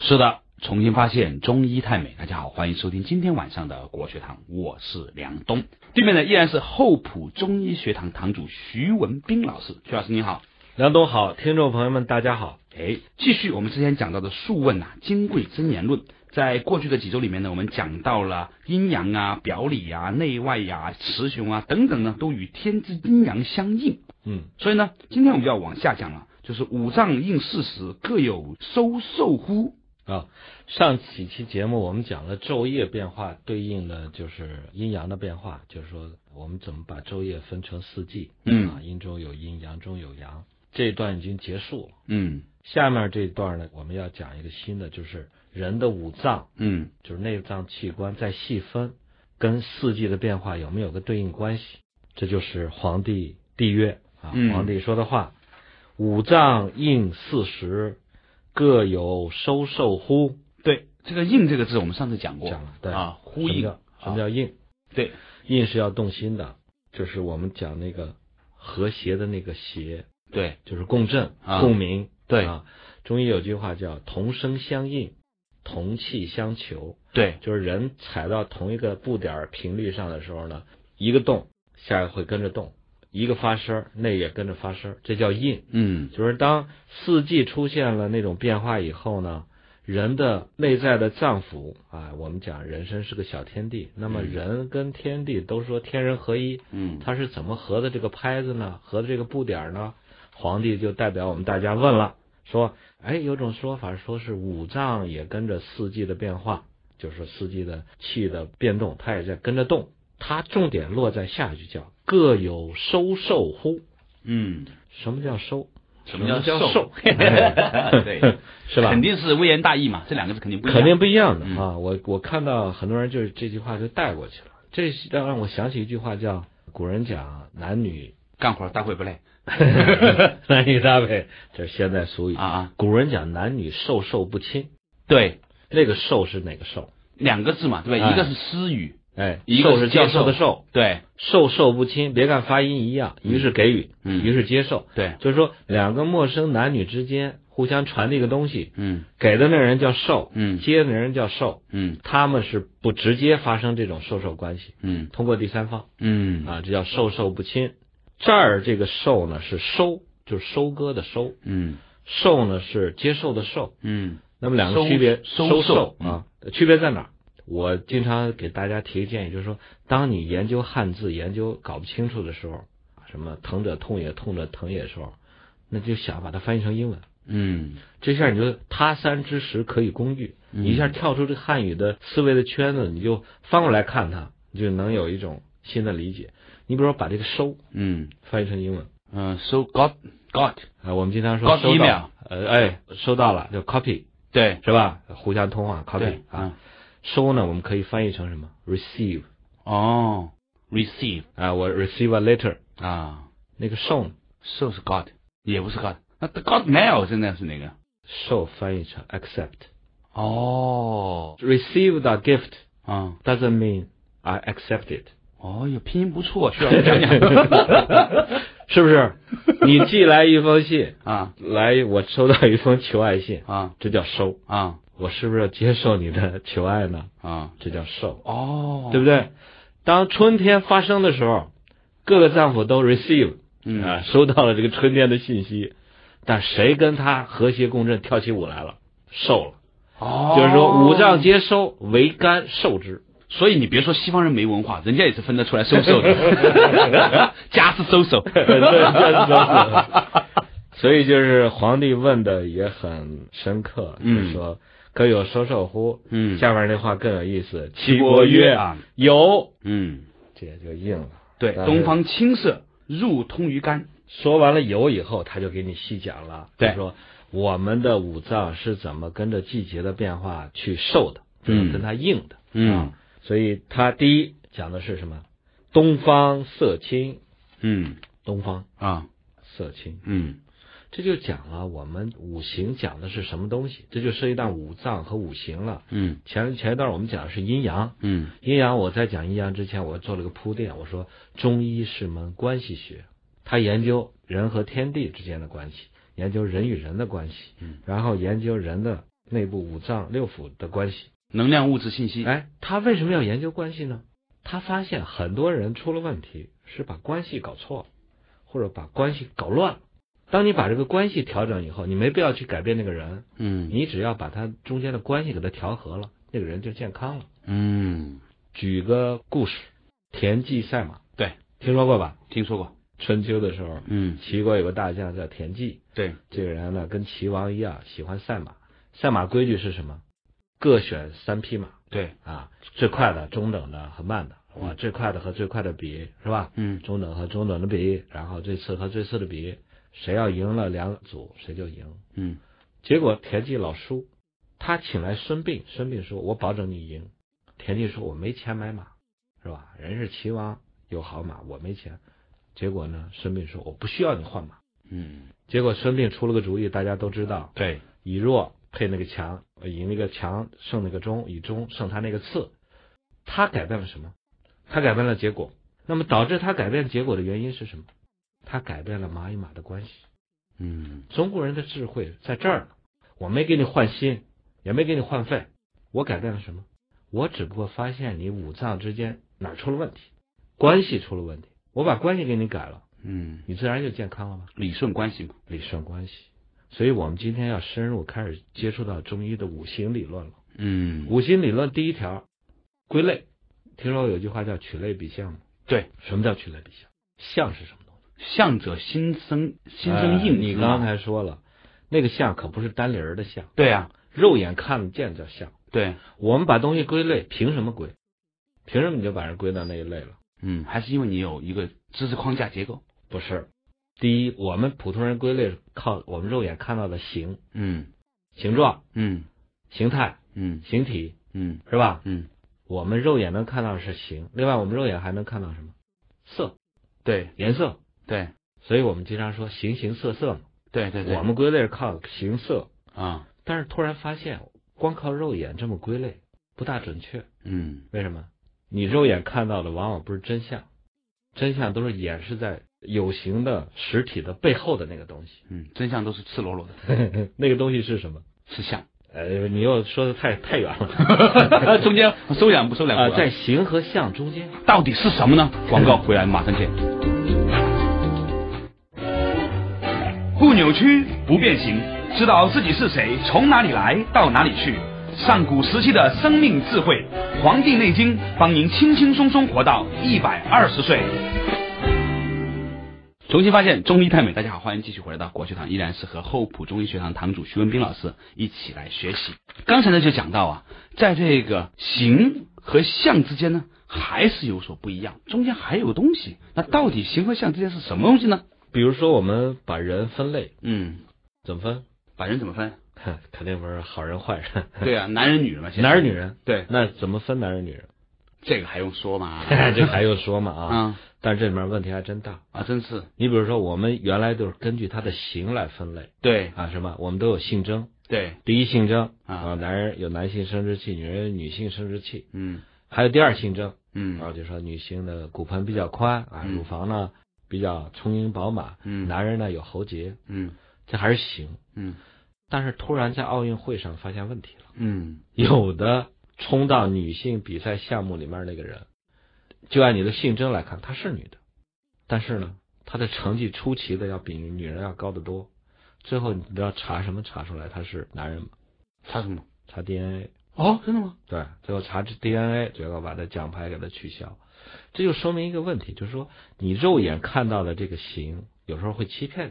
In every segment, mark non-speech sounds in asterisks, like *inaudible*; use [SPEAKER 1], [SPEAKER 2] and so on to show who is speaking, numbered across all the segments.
[SPEAKER 1] 是的，重新发现中医太美。大家好，欢迎收听今天晚上的国学堂，我是梁东。对面的依然是厚朴中医学堂堂主徐文斌老师，徐老师你好。
[SPEAKER 2] 梁东好，听众朋友们大家好。
[SPEAKER 1] 哎，继续我们之前讲到的《素问》啊呐，《金匮真言论》。在过去的几周里面呢，我们讲到了阴阳啊、表里啊、内外呀、雌雄啊等等呢，都与天之阴阳相应。
[SPEAKER 2] 嗯，
[SPEAKER 1] 所以呢，今天我们就要往下讲了，就是五脏应四时，各有收受乎？
[SPEAKER 2] 啊，上几期节目我们讲了昼夜变化对应的就是阴阳的变化，就是说我们怎么把昼夜分成四季。
[SPEAKER 1] 嗯
[SPEAKER 2] 啊，阴中有阴，阳中有阳，这一段已经结束了。
[SPEAKER 1] 嗯
[SPEAKER 2] 下面这一段呢，我们要讲一个新的，就是人的五脏，
[SPEAKER 1] 嗯
[SPEAKER 2] 就是内脏器官再细分，跟四季的变化有没有个对应关系？这就是皇帝帝曰啊，
[SPEAKER 1] 嗯
[SPEAKER 2] 皇帝说的话：“五脏应四时，各有收受乎？”
[SPEAKER 1] 对，这个“应”这个字，我们上次讲过，
[SPEAKER 2] 讲了对
[SPEAKER 1] 啊，呼
[SPEAKER 2] 什么
[SPEAKER 1] 应
[SPEAKER 2] 叫什么叫应？
[SPEAKER 1] 对，
[SPEAKER 2] 应是要动心的，就是我们讲那个和谐的那个谐，
[SPEAKER 1] 对
[SPEAKER 2] 就是共振、
[SPEAKER 1] 啊
[SPEAKER 2] 共鸣。
[SPEAKER 1] 对
[SPEAKER 2] 啊，中医有句话叫“同声相应，同气相求
[SPEAKER 1] 对”，
[SPEAKER 2] 就是人踩到同一个步点儿频率上的时候呢，一个动，下一个会跟着动；一个发声，那也跟着发声，这叫应。
[SPEAKER 1] 嗯
[SPEAKER 2] 就是当四季出现了那种变化以后呢，人的内在的脏腑啊，我们讲人参是个小天地，那么
[SPEAKER 1] 嗯
[SPEAKER 2] 人跟天地都说天人合一，
[SPEAKER 1] 嗯，
[SPEAKER 2] 它是怎么合的这个拍子呢？合的这个步点儿呢？皇帝就代表我们大家问了，说，哎，有种说法说是五脏也跟着四季的变化，就是说四季的气的变动，它也在跟着动。它重点落在下一句叫各有收受乎？
[SPEAKER 1] 嗯，
[SPEAKER 2] 什么叫收？
[SPEAKER 1] 什么叫
[SPEAKER 2] 什么叫
[SPEAKER 1] 受 *laughs*
[SPEAKER 2] 受？哎
[SPEAKER 1] 对，
[SPEAKER 2] 是吧
[SPEAKER 1] 肯？定是微言大义嘛，这两个字肯定不一样。
[SPEAKER 2] 肯定不一样的
[SPEAKER 1] 嗯
[SPEAKER 2] 啊！我我看到很多人就是这句话就带过去了，这是让我想起一句话叫古人讲男女
[SPEAKER 1] 干活儿大会不累
[SPEAKER 2] *laughs* 男女搭配，这是现代俗语
[SPEAKER 1] 啊。啊！
[SPEAKER 2] 古人讲男女授受不亲，
[SPEAKER 1] 对，
[SPEAKER 2] 那个授是哪个授？
[SPEAKER 1] 两个字嘛，对吧？
[SPEAKER 2] 哎
[SPEAKER 1] 一个是私语，
[SPEAKER 2] 哎，
[SPEAKER 1] 一个
[SPEAKER 2] 授
[SPEAKER 1] 是
[SPEAKER 2] 是
[SPEAKER 1] 教
[SPEAKER 2] 接
[SPEAKER 1] 授
[SPEAKER 2] 受的授，
[SPEAKER 1] 对
[SPEAKER 2] 授受不亲，别看发音一样，一个是给予，
[SPEAKER 1] 嗯
[SPEAKER 2] 一个是接受，
[SPEAKER 1] 对，
[SPEAKER 2] 就是说两个陌生男女之间互相传递一个东西，
[SPEAKER 1] 嗯
[SPEAKER 2] 给的那人叫授，
[SPEAKER 1] 嗯
[SPEAKER 2] 接的那人叫受，
[SPEAKER 1] 嗯
[SPEAKER 2] 他们是不直接发生这种授受关系，
[SPEAKER 1] 嗯
[SPEAKER 2] 通过第三方
[SPEAKER 1] 嗯
[SPEAKER 2] 啊，这叫授受不亲。这儿这个受呢是收，就是收割的收，
[SPEAKER 1] 嗯
[SPEAKER 2] 受呢是接受的受。
[SPEAKER 1] 嗯
[SPEAKER 2] 那么两个区别，
[SPEAKER 1] 收嗯收
[SPEAKER 2] 收
[SPEAKER 1] 受
[SPEAKER 2] 啊，区别在哪儿？我经常给大家提个建议，就是说，当你研究汉字、研究搞不清楚的时候，什么疼者痛也，痛者疼也的时候，那就想把它翻译成英文。
[SPEAKER 1] 嗯
[SPEAKER 2] 这下你就他山之石可以攻玉，
[SPEAKER 1] 嗯
[SPEAKER 2] 你一下跳出这个汉语的思维的圈子，你就翻过来看它，你就能有一种新的理解。你比如说把这个收
[SPEAKER 1] 嗯
[SPEAKER 2] 翻译成英文，
[SPEAKER 1] 嗯，so got got
[SPEAKER 2] 啊，我们经常说
[SPEAKER 1] got
[SPEAKER 2] 收到，
[SPEAKER 1] email，
[SPEAKER 2] 呃，哎，收到了就 copy
[SPEAKER 1] 对
[SPEAKER 2] 是吧？互相通话 copy
[SPEAKER 1] 对
[SPEAKER 2] 啊，
[SPEAKER 1] 啊
[SPEAKER 2] 收呢我们可以翻译成什么？receive
[SPEAKER 1] 哦，receive
[SPEAKER 2] 啊，我 receive a letter，
[SPEAKER 1] 啊
[SPEAKER 2] 那个受呢
[SPEAKER 1] ，so 是 got 也不是 got，那 got mail 现在是哪个？
[SPEAKER 2] 受翻译成 accept。
[SPEAKER 1] 哦
[SPEAKER 2] receive the gift
[SPEAKER 1] 啊
[SPEAKER 2] doesn't mean I accept it。
[SPEAKER 1] 哦，有拼音不错， *laughs* 需要讲讲
[SPEAKER 2] 是
[SPEAKER 1] *laughs*
[SPEAKER 2] 不是？你寄来一封信，
[SPEAKER 1] 啊
[SPEAKER 2] 来我收到一封求爱信，
[SPEAKER 1] 啊
[SPEAKER 2] 这叫收。
[SPEAKER 1] 啊
[SPEAKER 2] 我是不是要接受你的求爱呢？
[SPEAKER 1] 啊
[SPEAKER 2] 这叫受，
[SPEAKER 1] 哦，
[SPEAKER 2] 对不
[SPEAKER 1] 对？
[SPEAKER 2] 对？当春天发生的时候，各个脏腑都 receive
[SPEAKER 1] 嗯
[SPEAKER 2] 啊，收到了这个春天的信息，但谁跟他和谐共振跳起舞来了？受了，
[SPEAKER 1] 哦，
[SPEAKER 2] 就是说五脏皆收，为肝受之。
[SPEAKER 1] *laughs* 所以你别说西方人没文化，人家也是分得出来收手的， *laughs* 家是收手。
[SPEAKER 2] 对对对所以就是皇帝问的也很深刻，
[SPEAKER 1] 嗯
[SPEAKER 2] 就说可有收受乎？
[SPEAKER 1] 嗯
[SPEAKER 2] 下面那话更有意思，
[SPEAKER 1] 齐
[SPEAKER 2] 齐
[SPEAKER 1] 国
[SPEAKER 2] 国
[SPEAKER 1] 曰
[SPEAKER 2] 曰
[SPEAKER 1] 啊，
[SPEAKER 2] 有，
[SPEAKER 1] 嗯，
[SPEAKER 2] 这也就应了。
[SPEAKER 1] 对，
[SPEAKER 2] 但是
[SPEAKER 1] 东方青色入通于肝。
[SPEAKER 2] 说完了有以后，他就给你细讲了，
[SPEAKER 1] 对
[SPEAKER 2] 就说我们的五脏是怎么跟着季节的变化去受的，怎
[SPEAKER 1] 嗯
[SPEAKER 2] 么跟它应的。
[SPEAKER 1] 嗯
[SPEAKER 2] 啊所以他第一讲的是什么？东方色青，
[SPEAKER 1] 嗯
[SPEAKER 2] 东方
[SPEAKER 1] 啊
[SPEAKER 2] 色青。
[SPEAKER 1] 嗯
[SPEAKER 2] 这就讲了我们五行讲的是什么东西，这就涉及到五脏和五行了。
[SPEAKER 1] 嗯
[SPEAKER 2] 前前一段我们讲的是阴阳，
[SPEAKER 1] 嗯
[SPEAKER 2] 阴阳我在讲阴阳之前，我做了个铺垫，我说中医是门关系学，它研究人和天地之间的关系，研究人与人的关系，然后研究人的内部五脏六腑的关系。
[SPEAKER 1] 能量、物质、信息，
[SPEAKER 2] 哎，他为什么要研究关系呢？他发现很多人出了问题，是把关系搞错了，或者把关系搞乱了。当你把这个关系调整以后，你没必要去改变那个人，
[SPEAKER 1] 嗯
[SPEAKER 2] 你只要把他中间的关系给他调和了，那个人就健康了。
[SPEAKER 1] 嗯，
[SPEAKER 2] 举个故事，田忌赛马，
[SPEAKER 1] 对，
[SPEAKER 2] 听说过吧？
[SPEAKER 1] 听说过，
[SPEAKER 2] 春秋的时候，
[SPEAKER 1] 嗯，
[SPEAKER 2] 齐国有个大将叫田忌，
[SPEAKER 1] 对，
[SPEAKER 2] 这个人呢跟齐王一样喜欢赛马。赛马规矩是什么？各选三匹马
[SPEAKER 1] 对，
[SPEAKER 2] 啊，最快的、中等的和慢的。
[SPEAKER 1] 嗯
[SPEAKER 2] 哇，最快的和最快的比是吧？
[SPEAKER 1] 嗯
[SPEAKER 2] 中等和中等的比，然后最次和最次的比，谁要赢了两组谁就赢。
[SPEAKER 1] 嗯
[SPEAKER 2] 结果田忌老输，他请来孙膑，孙膑说：“我保证你赢。”田忌说：“我没钱买马，是吧？人是齐王，有好马，我没钱。”结果呢，孙膑说：“我不需要你换马。
[SPEAKER 1] 嗯，”
[SPEAKER 2] 结果孙膑出了个主意，大家都知道，
[SPEAKER 1] 对，
[SPEAKER 2] 以弱配那个强，呃以那个强胜那个中，以中胜他那个次。他改变了什么？他改变了结果。那么导致他改变结果的原因是什么？他改变了马与马的关系。
[SPEAKER 1] 嗯
[SPEAKER 2] 中国人的智慧在这儿呢。我没给你换心，也没给你换肺，我改变了什么？我只不过发现你五脏之间哪儿出了问题，关系出了问题。我把关系给你改了，
[SPEAKER 1] 嗯，
[SPEAKER 2] 你自然就健康了吗？
[SPEAKER 1] 理顺关系嘛，
[SPEAKER 2] 理顺关系。所以我们今天要深入开始接触到中医的五行理论了。
[SPEAKER 1] 嗯，
[SPEAKER 2] 五行理论第一条，归类。听说有句话叫“取类比象”吗？
[SPEAKER 1] 对，
[SPEAKER 2] 什么叫取类比象？象是什么东西？
[SPEAKER 1] 象者心生心生
[SPEAKER 2] 哎
[SPEAKER 1] 应，
[SPEAKER 2] 你
[SPEAKER 1] 是吗
[SPEAKER 2] 刚才说了，那个象可不是单立人的象，
[SPEAKER 1] 对啊，
[SPEAKER 2] 肉眼看得见叫象。
[SPEAKER 1] 对，
[SPEAKER 2] 我们把东西归类，凭什么归？凭什么你就把人归到那一类了？
[SPEAKER 1] 嗯，还是因为你有一个知识框架结构，
[SPEAKER 2] 不是，第一，我们普通人归类是靠我们肉眼看到的形、
[SPEAKER 1] 嗯
[SPEAKER 2] 形状、
[SPEAKER 1] 嗯
[SPEAKER 2] 形态、
[SPEAKER 1] 嗯
[SPEAKER 2] 形体，
[SPEAKER 1] 嗯
[SPEAKER 2] 是吧？
[SPEAKER 1] 嗯，
[SPEAKER 2] 我们肉眼能看到的是形，另外我们肉眼还能看到什么？色、
[SPEAKER 1] 对
[SPEAKER 2] 颜色。
[SPEAKER 1] 对
[SPEAKER 2] 所以我们经常说形形色色嘛。
[SPEAKER 1] 对对对，
[SPEAKER 2] 我们归类是靠形色，
[SPEAKER 1] 啊，
[SPEAKER 2] 但是突然发现，光靠肉眼这么归类不大准确。
[SPEAKER 1] 嗯
[SPEAKER 2] 为什么？你肉眼看到的往往不是真相，真相都是掩饰在有形的实体的背后的那个东西。 *laughs*
[SPEAKER 1] 嗯，真相都是赤裸裸的，
[SPEAKER 2] 那个东西是什么？
[SPEAKER 1] 是 *laughs* 相，
[SPEAKER 2] 呃，你又说的太 *laughs* 太远了
[SPEAKER 1] 中间收敛不收敛？
[SPEAKER 2] 啊，在形和相中间。
[SPEAKER 1] 到底是什么呢？广告回来马上见。不扭曲，不变形，知道自己是谁，从哪里来，到哪里去。上古时期的生命智慧，《黄帝内经》帮您轻轻松松活到一百二十岁。重新发现中医太美，大家好，欢迎继续回来到国学堂，依然是和厚朴中医学堂堂主徐文斌老师一起来学习。刚才呢就讲到啊，在这个形和象之间呢，还是有所不一样，中间还有个东西。那到底形和象之间是什么东西呢？
[SPEAKER 2] 比如说，我们把人分类，
[SPEAKER 1] 嗯，
[SPEAKER 2] 怎么分？ *laughs*
[SPEAKER 1] 把人怎么分？
[SPEAKER 2] 哼肯定不是好人坏人，
[SPEAKER 1] 对啊，男人女人
[SPEAKER 2] *laughs*
[SPEAKER 1] 嘛，现在
[SPEAKER 2] 男人女人。
[SPEAKER 1] 对，
[SPEAKER 2] 那怎么分男人女
[SPEAKER 1] *laughs*
[SPEAKER 2] 人？
[SPEAKER 1] 这个还用说吗？
[SPEAKER 2] 这还用说嘛啊？
[SPEAKER 1] 啊
[SPEAKER 2] 但是这里面问题还真大。
[SPEAKER 1] 啊，真是
[SPEAKER 2] 你比如说，我们原来都是根据它的形来分类
[SPEAKER 1] 对
[SPEAKER 2] 啊，什么？我们都有性征，
[SPEAKER 1] 对，
[SPEAKER 2] 第一性征
[SPEAKER 1] 啊
[SPEAKER 2] 男人有男性生殖器，女人有女性生殖器，
[SPEAKER 1] 嗯
[SPEAKER 2] 还有第二性征，然
[SPEAKER 1] 嗯
[SPEAKER 2] 后就说女性的骨盆比较宽啊，
[SPEAKER 1] 嗯
[SPEAKER 2] 乳房呢比较充盈饱满，
[SPEAKER 1] 嗯
[SPEAKER 2] 男人呢有喉结，
[SPEAKER 1] 嗯
[SPEAKER 2] 这还是形。
[SPEAKER 1] 嗯
[SPEAKER 2] 但是突然在奥运会上发现问题了，
[SPEAKER 1] 嗯，
[SPEAKER 2] 有的冲到女性比赛项目里面那个人，就按你的性征来看，她是女的，但是呢，她的成绩出奇的要比女人要高得多。最后你知道查什么查出来她是男人吗？
[SPEAKER 1] 差什么？
[SPEAKER 2] 查 DNA。
[SPEAKER 1] 哦，真的吗？
[SPEAKER 2] 对，最后查出 DNA，最后把他奖牌给他取消。这就说明一个问题，就是说你肉眼看到的这个形，有时候会欺骗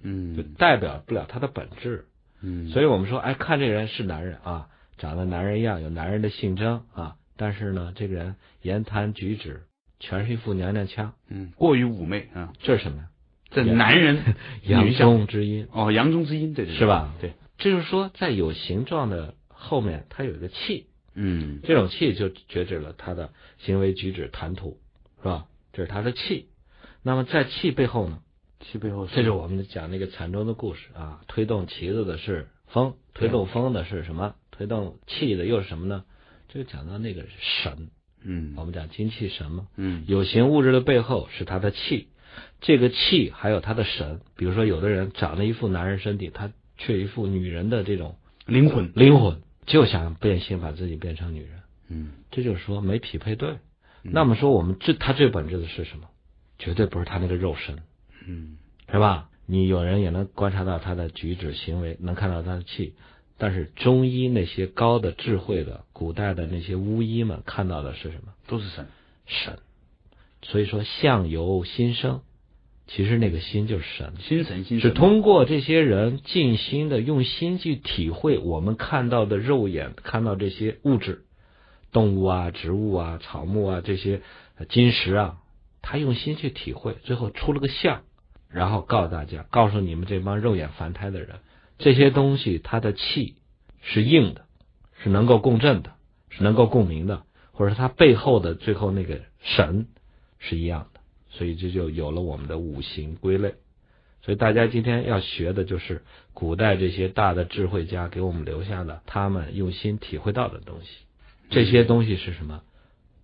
[SPEAKER 2] 你，就
[SPEAKER 1] 嗯
[SPEAKER 2] 代表不了它的本质。
[SPEAKER 1] 嗯，
[SPEAKER 2] 所
[SPEAKER 1] 以
[SPEAKER 2] 以我们说，哎，看这个人是男人啊，长得男人样，有男人的性征啊，但是呢，这个人言谈举止全是一副娘娘腔，
[SPEAKER 1] 嗯过于妩媚啊，
[SPEAKER 2] 这是什么呀？
[SPEAKER 1] 这男人
[SPEAKER 2] 阳
[SPEAKER 1] 女相
[SPEAKER 2] 中之音，
[SPEAKER 1] 哦，阳中之音，对对对
[SPEAKER 2] 是？吧？
[SPEAKER 1] 嗯对，
[SPEAKER 2] 这就是说，在有形状的后面，它有一个气。
[SPEAKER 1] 嗯
[SPEAKER 2] 这种气就决止了他的行为举止谈吐，是吧？这是他的气。那么在气背后呢？
[SPEAKER 1] 其背后
[SPEAKER 2] 这是我们讲那个禅宗的故事啊，推动旗子的是风，推动风的是什么？推动气的又是什么呢？这个讲到那个神，
[SPEAKER 1] 嗯
[SPEAKER 2] 我们讲精气神嘛。
[SPEAKER 1] 嗯
[SPEAKER 2] 有形物质的背后是他的气，这个气还有他的神。比如说，有的人长了一副男人身体，他却一副女人的这种
[SPEAKER 1] 灵魂，
[SPEAKER 2] 灵魂就想变性，把自己变成女人，
[SPEAKER 1] 嗯，
[SPEAKER 2] 这就是说没匹配对。
[SPEAKER 1] 嗯
[SPEAKER 2] 那么说，我们最他最本质的是什么？绝对不是他那个肉身，
[SPEAKER 1] 嗯
[SPEAKER 2] 是吧？你有人也能观察到他的举止行为，能看到他的气，但是中医那些高的智慧的古代的那些巫医们看到的是什么？
[SPEAKER 1] 都是神，
[SPEAKER 2] 神。所以说，相由心生，其实那个心就是神。
[SPEAKER 1] 心神心
[SPEAKER 2] 是
[SPEAKER 1] 神，
[SPEAKER 2] 通过这些人静心的用心去体会我们看到的肉眼看到这些物质，动物啊、植物啊、草木啊这些呃金石啊，他用心去体会，最后出了个相，然后告诉大家，告诉你们这帮肉眼凡胎的人，这些东西它的气是硬的，是能够共振的，是能够共鸣的，或者它背后的最后那个神是一样的，所以这就有了我们的五行归类。所以大家今天要学的就是古代这些大的智慧家给我们留下的，他们用心体会到的东西。这些东西是什么？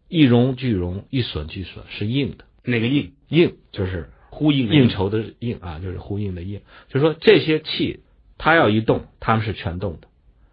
[SPEAKER 2] 一荣俱荣，一损俱损，是硬的。
[SPEAKER 1] 哪个应
[SPEAKER 2] 硬就是
[SPEAKER 1] 呼应的
[SPEAKER 2] 应酬的应啊，就是呼应的应。就是说这些气，它要一动，他们是全动的。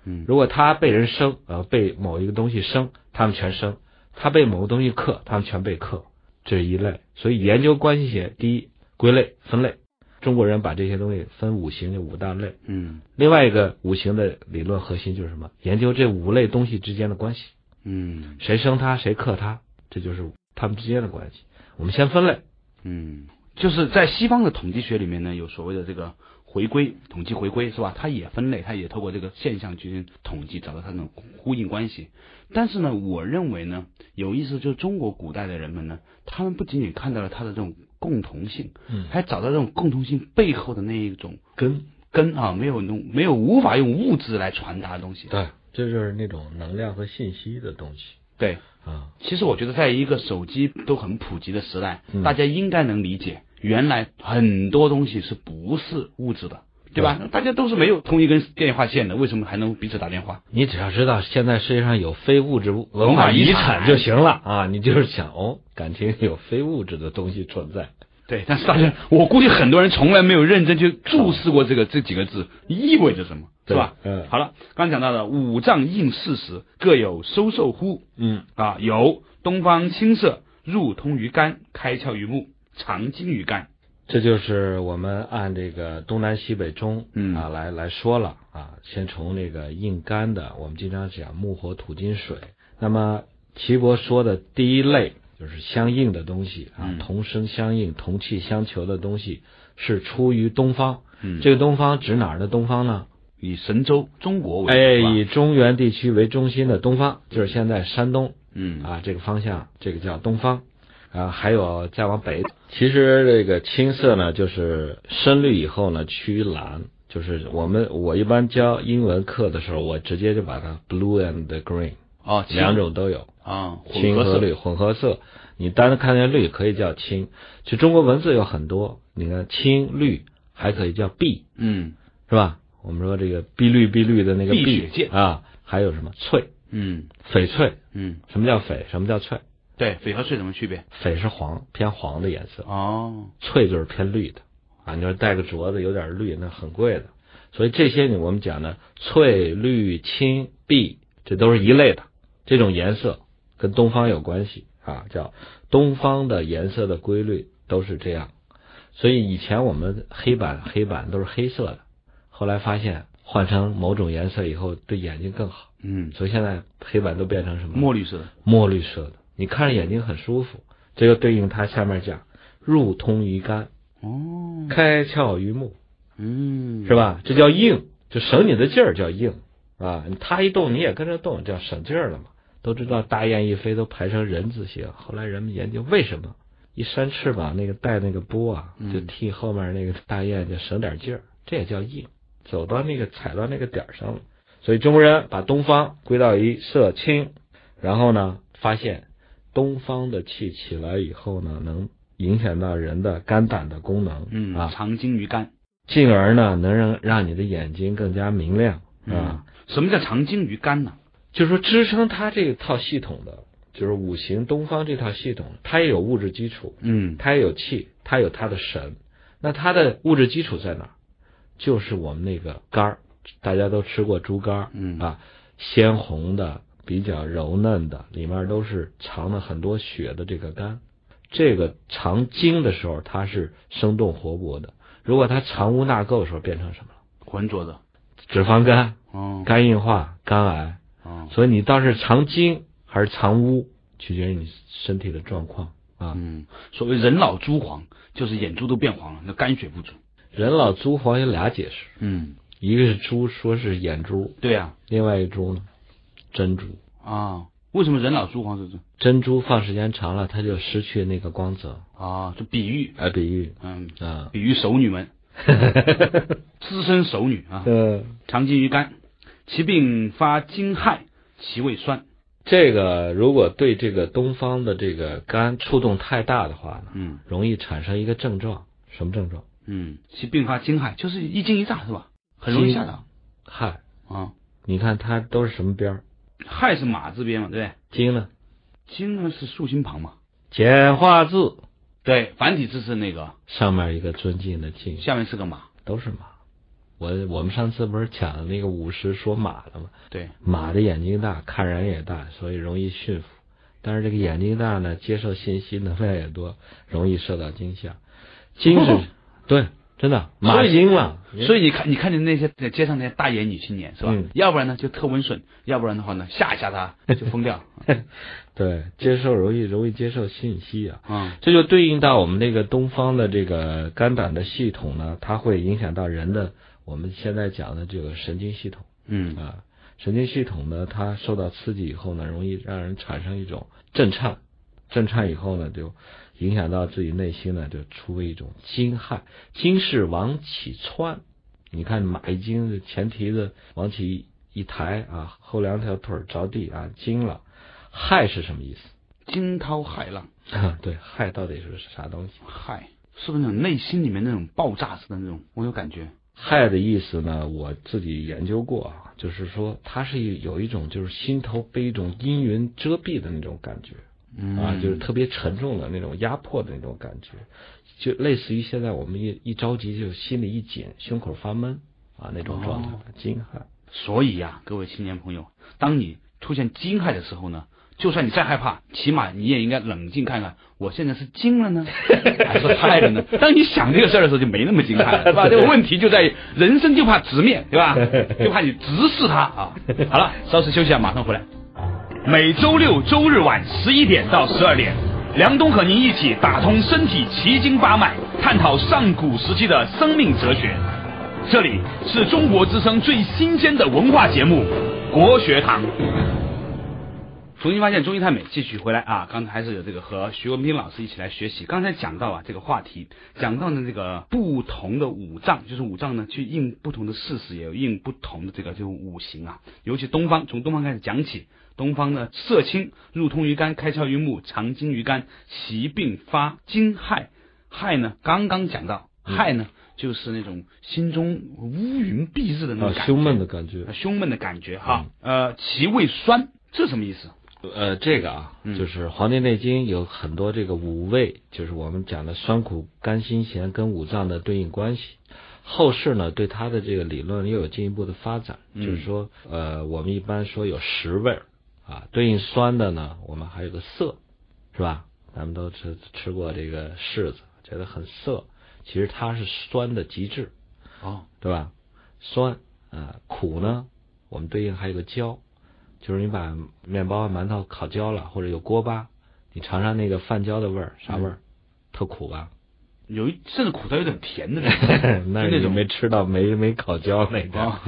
[SPEAKER 1] 嗯
[SPEAKER 2] 如果它被人生，呃，被某一个东西生，他们全生；它被某个东西克，他们全被克。这是一类。所以研究关系学，第一归类分类，中国人把这些东西分五行有五大类。
[SPEAKER 1] 嗯
[SPEAKER 2] 另外一个五行的理论核心就是什么？研究这五类东西之间的关系，
[SPEAKER 1] 嗯
[SPEAKER 2] 谁生它，谁克它，这就是他们之间的关系。我们先分类，
[SPEAKER 1] 嗯，就是在西方的统计学里面呢，有所谓的这个回归统计回归是吧？它也分类，它也透过这个现象去统计，找到它那种呼应关系。但是呢，我认为呢，有意思就是中国古代的人们呢，他们不仅仅看到了它的这种共同性，
[SPEAKER 2] 嗯
[SPEAKER 1] 还找到这种共同性背后的那一种
[SPEAKER 2] 跟
[SPEAKER 1] 根啊，没有用，没有无法用物质来传达的东西。
[SPEAKER 2] 对，这就是那种能量和信息的东西
[SPEAKER 1] 对，
[SPEAKER 2] 啊。
[SPEAKER 1] 其实我觉得，在一个手机都很普及的时代，
[SPEAKER 2] 嗯
[SPEAKER 1] 大家应该能理解，原来很多东西是不是物质的，对吧？大家都是没有通一根电话线的，为什么还能彼此打电话？
[SPEAKER 2] 你只要知道现在世界上有非物质文
[SPEAKER 1] 文化
[SPEAKER 2] 化
[SPEAKER 1] 遗
[SPEAKER 2] 遗
[SPEAKER 1] 产
[SPEAKER 2] 产就行了啊，你就是想哦，感情有非物质的东西存在。
[SPEAKER 1] 对，但是大家，我估计很多人从来没有认真去注视过这个这几个字意味着什么，是
[SPEAKER 2] 对
[SPEAKER 1] 吧？
[SPEAKER 2] 嗯
[SPEAKER 1] 好了，刚才讲到的五脏应四时，各有收受乎
[SPEAKER 2] 嗯，
[SPEAKER 1] 啊，有东方青色，入通于肝，开窍于目，藏精于肝。
[SPEAKER 2] 这就是我们按这个东南西北中
[SPEAKER 1] 嗯
[SPEAKER 2] 啊来来说了啊，先从这个硬干的，我们经常讲木火土金水。那么齐博说的第一类就是相应的东西啊
[SPEAKER 1] 嗯，
[SPEAKER 2] 同声相应、同气相求的东西，是出于东方。
[SPEAKER 1] 嗯
[SPEAKER 2] 这个东方指哪儿的东方呢？
[SPEAKER 1] 以神州中国为
[SPEAKER 2] 哎，
[SPEAKER 1] 主吧
[SPEAKER 2] 以中原地区为中心的东方，就是现在山东
[SPEAKER 1] 嗯
[SPEAKER 2] 啊这个方向，这个叫东方。啊，还有再往北，其实这个青色呢，就是深绿以后呢趋于蓝，就是我们我一般教英文课的时候，我直接就把它 blue and green
[SPEAKER 1] 哦，青
[SPEAKER 2] 两种都有，
[SPEAKER 1] 啊，
[SPEAKER 2] 青
[SPEAKER 1] 混合
[SPEAKER 2] 和
[SPEAKER 1] 色
[SPEAKER 2] 绿混合色。你单看见绿可以叫青，其实中国文字有很多，你看青绿还可以叫碧，
[SPEAKER 1] 嗯
[SPEAKER 2] 是吧？我们说这个碧绿碧绿的那个
[SPEAKER 1] 碧
[SPEAKER 2] 碧
[SPEAKER 1] 血剑
[SPEAKER 2] 啊，还有什么翠、
[SPEAKER 1] 嗯
[SPEAKER 2] 翡翠？
[SPEAKER 1] 嗯，
[SPEAKER 2] 什么叫翡？什么叫翠？
[SPEAKER 1] 对，翡和翠什么区别？
[SPEAKER 2] 翡是黄，偏黄的颜色，
[SPEAKER 1] 哦，
[SPEAKER 2] 翠就是偏绿的啊。你说戴个镯子有点绿，那很贵的。所以这些呢，我们讲的翠、绿、青、碧，这都是一类的。这种颜色跟东方有关系啊，叫东方的颜色的规律都是这样。所以以前我们黑板黑板都是黑色的，后来发现换成某种颜色以后对眼睛更好，
[SPEAKER 1] 嗯，
[SPEAKER 2] 所以现在黑板都变成什么？
[SPEAKER 1] 墨绿色的，
[SPEAKER 2] 墨绿色的，你看着眼睛很舒服。这就对应它下面讲入通于肝，
[SPEAKER 1] 哦，
[SPEAKER 2] 开窍于目，
[SPEAKER 1] 嗯，
[SPEAKER 2] 是？吧？这叫硬，就省你的劲儿叫硬啊。它一动你也跟着动，叫省劲儿了嘛。都知道大雁一飞都排成人字形，后来人们研究为什么一扇翅膀那个带那个波啊，就
[SPEAKER 1] 嗯
[SPEAKER 2] 替后面那个大雁就省点劲儿，这也叫硬，走到那个踩到那个点儿上了。所以中国人把东方归到一色青，然后呢，发现东方的气起来以后呢，能影响到人的肝胆的功能，
[SPEAKER 1] 嗯，
[SPEAKER 2] 啊，
[SPEAKER 1] 藏精于肝。
[SPEAKER 2] 进而呢，能让让你的眼睛更加明亮啊。
[SPEAKER 1] 嗯什么叫藏精于肝呢？
[SPEAKER 2] 就是说，支撑它这套系统的，就是五行东方这套系统，它也有物质基础，
[SPEAKER 1] 嗯
[SPEAKER 2] 它也有气，它有它的神。那它的物质基础在哪儿？就是我们那个肝儿，大家都吃过猪肝儿
[SPEAKER 1] 嗯
[SPEAKER 2] 啊，鲜红的，比较柔嫩的，里面都是藏了很多血的这个肝。这个藏精的时候，它是生动活泼的；如果它藏污纳垢的时候，变成什么了？
[SPEAKER 1] 浑浊的，
[SPEAKER 2] 脂肪肝、
[SPEAKER 1] 哦
[SPEAKER 2] 肝硬化、肝癌。
[SPEAKER 1] 哦，
[SPEAKER 2] 所以你倒是藏精还是藏污，取决于你身体的状况啊。
[SPEAKER 1] 嗯，所谓人老珠黄，就是眼珠都变黄了，那肝血不足。
[SPEAKER 2] 人老珠黄有俩解释，
[SPEAKER 1] 嗯，
[SPEAKER 2] 一个是珠说是眼珠，
[SPEAKER 1] 对呀、
[SPEAKER 2] 另外一株呢珍珠。
[SPEAKER 1] 啊，为什么人老珠黄是这？
[SPEAKER 2] 珍珠放时间长了，它就失去那个光泽。
[SPEAKER 1] 啊，就比喻，
[SPEAKER 2] 啊，比喻
[SPEAKER 1] 嗯， *laughs*
[SPEAKER 2] 啊，
[SPEAKER 1] 比喻熟女们，资深熟女啊，
[SPEAKER 2] 嗯，
[SPEAKER 1] 常见于肝，其病发惊骇，其味酸。
[SPEAKER 2] 这个如果对这个东方的这个肝触动太大的话呢，
[SPEAKER 1] 嗯
[SPEAKER 2] 容易产生一个症状，什么症状？
[SPEAKER 1] 嗯，其病发惊骇，就是一惊一乍是吧？很容易吓到
[SPEAKER 2] 亥。
[SPEAKER 1] 啊。
[SPEAKER 2] 你看它都是什么边儿？
[SPEAKER 1] 亥是马字边嘛，对不
[SPEAKER 2] 金呢？
[SPEAKER 1] 对？惊呢是竖心旁嘛，
[SPEAKER 2] 简化字
[SPEAKER 1] 对，繁体字是那个，
[SPEAKER 2] 上面一个尊敬的敬，
[SPEAKER 1] 下面是个马，
[SPEAKER 2] 都是马。我我们上次不是讲了那个舞狮说马的吗？
[SPEAKER 1] 对，
[SPEAKER 2] 马的眼睛大，看人也大，所以容易驯服。但是这个眼睛大呢，接受信息能量也多，容易受到惊吓。惊是，对，真的马
[SPEAKER 1] 所以
[SPEAKER 2] 惊了，
[SPEAKER 1] 哦所以你看，你看见那些在街上那些大眼女青年是吧？
[SPEAKER 2] 嗯
[SPEAKER 1] 要不然呢就特温顺，要不然的话呢吓一吓她就疯掉。
[SPEAKER 2] 对接受容易容易接受信息啊。
[SPEAKER 1] 嗯
[SPEAKER 2] 这就对应到我们那个东方的这个肝胆的系统呢，它会影响到人的我们现在讲的这个神经系统。
[SPEAKER 1] 嗯
[SPEAKER 2] 啊，神经系统呢，它受到刺激以后呢，容易让人产生一种震颤，震颤以后呢，就影响到自己内心呢，就出一种惊骇。惊是往起窜，你看马一惊，前蹄子往起一抬啊，后两条腿儿着地啊，惊了。骇是什么意思？ *laughs* 啊
[SPEAKER 1] 惊涛骇浪，
[SPEAKER 2] 对，骇到底是啥东西？
[SPEAKER 1] 骇是不是那种内心里面那种爆炸式的那种？我有感觉。
[SPEAKER 2] 害的意思呢，我自己研究过啊，就是说它是有一种就是心头被一种阴云遮蔽的那种感觉
[SPEAKER 1] 嗯
[SPEAKER 2] 啊，就是特别沉重的那种压迫的那种感觉，就类似于现在我们一一着急就心里一紧，胸口发闷啊那种状态
[SPEAKER 1] 哦，
[SPEAKER 2] 惊骇。
[SPEAKER 1] 所以呀、各位青年朋友，当你出现惊骇的时候呢，就算你再害怕，起码你也应该冷静看看，我现在是惊了呢，还是骇了呢？当你想这个事儿的时候，就没那么惊骇了，是吧？这个问题就在于人生就怕直面，对吧？就怕你直视它啊！好了，稍事休息啊，马上回来。每周六周日晚十一点到十二点，梁冬和您一起打通身体奇经八脉，探讨上古时期的生命哲学。这里是中国之声最新鲜的文化节目《国学堂》。重新发现中医太美，继续回来啊！刚才还是有这个和徐文斌老师一起来学习。刚才讲到啊这个话题，讲到呢这个不同的五脏，就是五脏呢去应不同的事实，也有应不同的这个就五行啊。尤其东方，从东方开始讲起，东方呢色青入通于肝，开窍于目，藏精于肝，习病发惊骇。骇呢刚刚讲到，骇呢就是那种心中乌云蔽日的那
[SPEAKER 2] 啊
[SPEAKER 1] 种，感觉，啊
[SPEAKER 2] 胸闷嗯的感觉。
[SPEAKER 1] 胸闷的感觉哈。呃，其味酸，这什么意思？
[SPEAKER 2] 呃，这个啊，
[SPEAKER 1] 嗯
[SPEAKER 2] 就是《黄帝内经》有很多这个五味，就是我们讲的酸苦甘辛咸跟五脏的对应关系。后世呢，对它的这个理论又有进一步的发展，
[SPEAKER 1] 嗯
[SPEAKER 2] 就是说，呃，我们一般说有十味儿啊，对应酸的呢，我们还有个涩，是吧？咱们都吃吃过这个柿子，觉得很涩，其实它是酸的极致。
[SPEAKER 1] 哦，
[SPEAKER 2] 对吧？酸啊、苦呢，我们对应还有个焦，就是你把面包、啊馒头烤焦了，或者有锅巴，你尝尝那个饭焦的味儿，啥味
[SPEAKER 1] 嗯
[SPEAKER 2] 儿？特苦
[SPEAKER 1] *laughs*
[SPEAKER 2] 吧？
[SPEAKER 1] 有一甚至苦到有点甜的那种，
[SPEAKER 2] 那
[SPEAKER 1] 就那
[SPEAKER 2] 你
[SPEAKER 1] 种
[SPEAKER 2] 没吃到没没烤焦那
[SPEAKER 1] *laughs*
[SPEAKER 2] 个
[SPEAKER 1] 啊，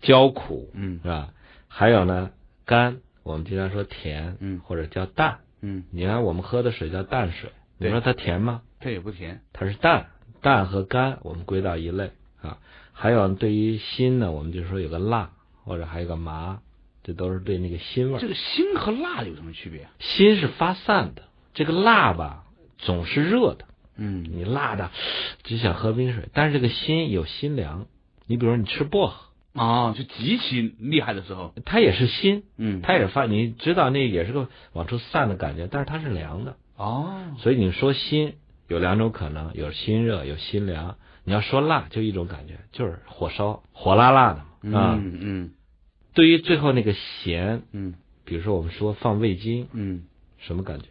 [SPEAKER 2] 焦苦
[SPEAKER 1] 嗯
[SPEAKER 2] 是吧？还有呢，甘，我们经常说甜，
[SPEAKER 1] 嗯
[SPEAKER 2] 或者叫淡。
[SPEAKER 1] 嗯，
[SPEAKER 2] 你看我们喝的水叫淡水，你
[SPEAKER 1] 对
[SPEAKER 2] 说它甜吗？
[SPEAKER 1] 这也不甜，
[SPEAKER 2] 它是淡，淡和甘我们归到一类啊。还有对于辛呢，我们就说有个辣，或者还有个麻，这都是对那个辛味儿
[SPEAKER 1] 这。个辛和辣有什么区别？
[SPEAKER 2] 辛是发散的，这个辣吧总是热的，
[SPEAKER 1] 嗯
[SPEAKER 2] 你辣的只想喝冰水，但是这个辛有辛凉。你比如说你吃薄荷，
[SPEAKER 1] 哦，就极其厉害的时候，
[SPEAKER 2] 它也是辛，
[SPEAKER 1] 嗯，
[SPEAKER 2] 它也是发，你知道那也是个往出散的感觉，但是它是凉的。
[SPEAKER 1] 哦，
[SPEAKER 2] 所以你说辛有两种可能，有辛热，有辛凉。你要说辣，就一种感觉，就是火烧火辣辣的嘛。啊
[SPEAKER 1] 嗯嗯
[SPEAKER 2] 对于最后那个咸，
[SPEAKER 1] 嗯
[SPEAKER 2] 比如说我们说放味精，
[SPEAKER 1] 嗯
[SPEAKER 2] 什么感觉？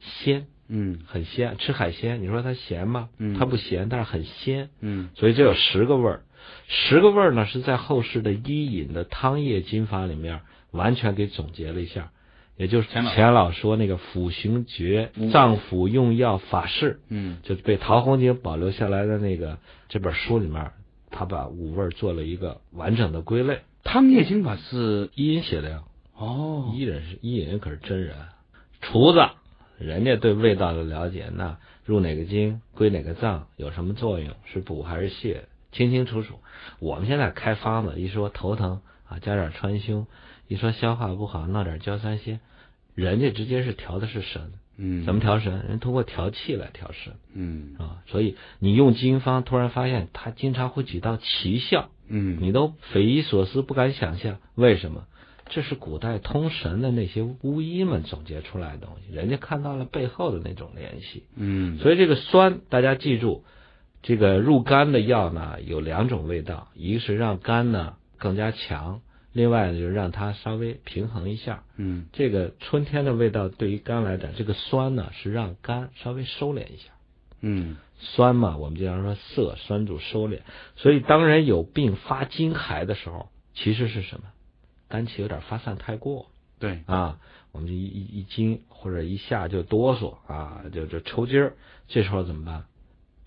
[SPEAKER 2] 鲜，
[SPEAKER 1] 嗯
[SPEAKER 2] 很鲜。吃海鲜，你说它咸吗？
[SPEAKER 1] 嗯
[SPEAKER 2] 它不咸，但是很鲜。
[SPEAKER 1] 嗯
[SPEAKER 2] 所以这有十个味儿，十个味儿呢是在后世的伊尹的《汤液金法》里面完全给总结了一下，也就是
[SPEAKER 1] 钱老
[SPEAKER 2] 钱老说那个腐雄诀、脏腑用药法事，
[SPEAKER 1] 嗯
[SPEAKER 2] 就是被陶弘景保留下来的那个这本书里面，他把五味儿做了一个完整的归类。
[SPEAKER 1] 汤液经法是
[SPEAKER 2] 伊尹写的呀，
[SPEAKER 1] 哦，
[SPEAKER 2] 伊人是伊尹可是真人，厨子，人家对味道的了解，那入哪个经归哪个脏，有什么作用，是补还是泻，清清楚楚。我们现在开方子，一说头疼啊，加点川芎；一说消化不好，闹点焦三仙。人家直接是调的是神，
[SPEAKER 1] 嗯
[SPEAKER 2] 怎么调神？人通过调气来调神
[SPEAKER 1] 嗯
[SPEAKER 2] 啊，所以你用经方，突然发现它经常会起到奇效，
[SPEAKER 1] 嗯
[SPEAKER 2] 你都匪夷所思，不敢想象，为什么？这是古代通神的那些巫医们总结出来的东西，人家看到了背后的那种联系。
[SPEAKER 1] 嗯
[SPEAKER 2] 所以这个酸，大家记住，这个入肝的药呢有两种味道，一个是让肝呢更加强，另外呢就是让它稍微平衡一下。
[SPEAKER 1] 嗯
[SPEAKER 2] 这个春天的味道对于肝来讲，这个酸呢是让肝稍微收敛一下。
[SPEAKER 1] 嗯
[SPEAKER 2] 酸嘛，我们经常说涩，酸主收敛。所以当人有病发惊骇的时候，其实是什么？肝气有点发散太过
[SPEAKER 1] 对
[SPEAKER 2] 啊，我们就一一一惊或者一下就哆嗦啊，就就抽筋儿。这时候怎么办？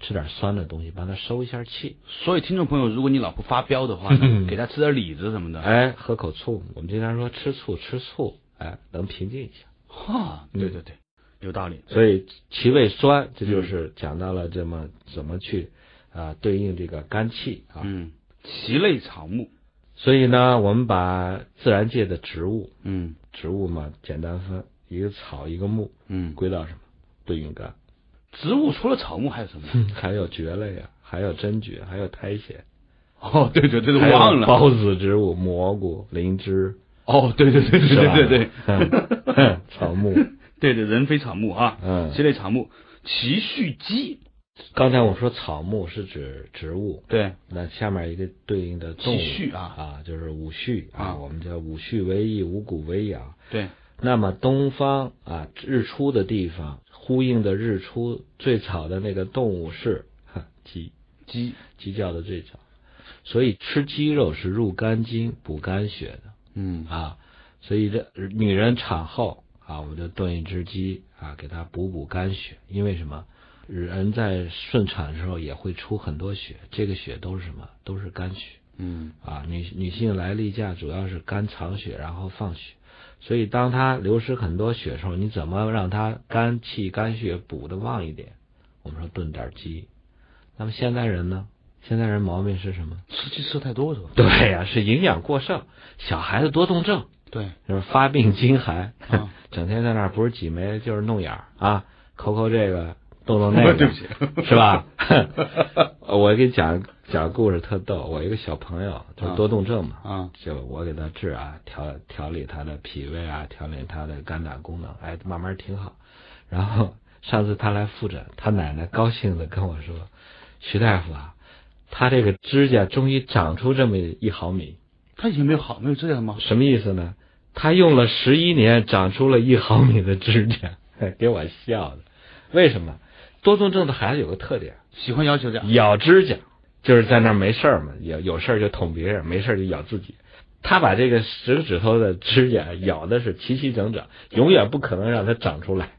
[SPEAKER 2] 吃点酸的东西，帮他收一下气。
[SPEAKER 1] 所以听众朋友，如果你老婆发飙的话 *laughs* 呢，给她吃点李子什么的。
[SPEAKER 2] 哎，喝口醋，我们经常说吃醋吃醋，哎，能平静一下。
[SPEAKER 1] 哈，对对对，有道理。
[SPEAKER 2] 所以脾胃酸，这就是讲到了这么怎么去啊、对应这个肝气啊。
[SPEAKER 1] 嗯，其类草木。
[SPEAKER 2] 所以呢，我们把自然界的植物，
[SPEAKER 1] 嗯
[SPEAKER 2] 植物嘛，简单分一个草一个木，
[SPEAKER 1] 嗯，
[SPEAKER 2] 归到什么？对应肝。
[SPEAKER 1] 植物除了草木还有什么？
[SPEAKER 2] 还有蕨类啊，还有真蕨，还有苔藓，
[SPEAKER 1] *laughs* 哦，对对对，
[SPEAKER 2] 还有
[SPEAKER 1] 忘了。
[SPEAKER 2] 孢子植物、蘑菇、灵芝，
[SPEAKER 1] 哦，对 *laughs* 对对对
[SPEAKER 2] 是吧
[SPEAKER 1] 对对
[SPEAKER 2] 嗯 *laughs* 草木。
[SPEAKER 1] *laughs* 对对，人非草木啊，
[SPEAKER 2] 嗯，
[SPEAKER 1] 其类草木，其蓄积。
[SPEAKER 2] 刚才我说草木是指植物，
[SPEAKER 1] 对，
[SPEAKER 2] 那下面一个对应的动物
[SPEAKER 1] 其序啊
[SPEAKER 2] 啊，就是五序
[SPEAKER 1] 啊
[SPEAKER 2] 啊，我们叫五序为益，五谷为养。
[SPEAKER 1] 对，
[SPEAKER 2] 那么东方啊，日出的地方呼应的日出最早的那个动物是哈鸡，
[SPEAKER 1] 鸡。
[SPEAKER 2] 鸡叫的最早，所以吃鸡肉是入肝经、补肝血
[SPEAKER 1] 嗯
[SPEAKER 2] 的啊。所以这女人产后啊，我们就炖一只鸡啊，给她补补肝血，因为什么？人在顺产的时候也会出很多血，这个血都是什么？都是肝血。
[SPEAKER 1] 嗯
[SPEAKER 2] 啊，女女性来例假主要是肝藏血，然后放血，所以当她流失很多血的时候，你怎么让她肝气肝血补的旺一点？我们说炖点鸡。那么现代人呢？现代人毛病是什么？ *laughs*
[SPEAKER 1] 吃鸡吃太多是吧？
[SPEAKER 2] 对呀、是营养过剩，小孩子多动症，
[SPEAKER 1] 对，
[SPEAKER 2] 就是发病惊寒，
[SPEAKER 1] *laughs* 啊
[SPEAKER 2] 整天在那儿不是挤眉就是弄眼儿啊，抠抠这个，动动那个，
[SPEAKER 1] *laughs* 对不起。
[SPEAKER 2] 是吧？ *laughs* 我给你讲讲故事特逗，我一个小朋友就是多动症嘛，
[SPEAKER 1] 啊，
[SPEAKER 2] 就我给他治啊，调调理他的脾胃啊，调理他的肝胆功能，哎，慢慢挺好。然后上次他来复诊，他奶奶高兴的跟我说：“徐大夫啊，他这个指甲终于长出这么一毫米，
[SPEAKER 1] 他以前没有好没有这样吗？
[SPEAKER 2] 什么意思呢？他用了十一年，长出了一毫米的指甲， *laughs* 给我笑的。为什么？多动症的孩子有个特点。”
[SPEAKER 1] 喜欢要求 *laughs* 这样。
[SPEAKER 2] 咬指甲，就是在那儿没事儿嘛，有有事儿就捅别人，没事儿就咬自己。他把这个十个指头的指甲咬的是齐齐整整，永远不可能让它长出来。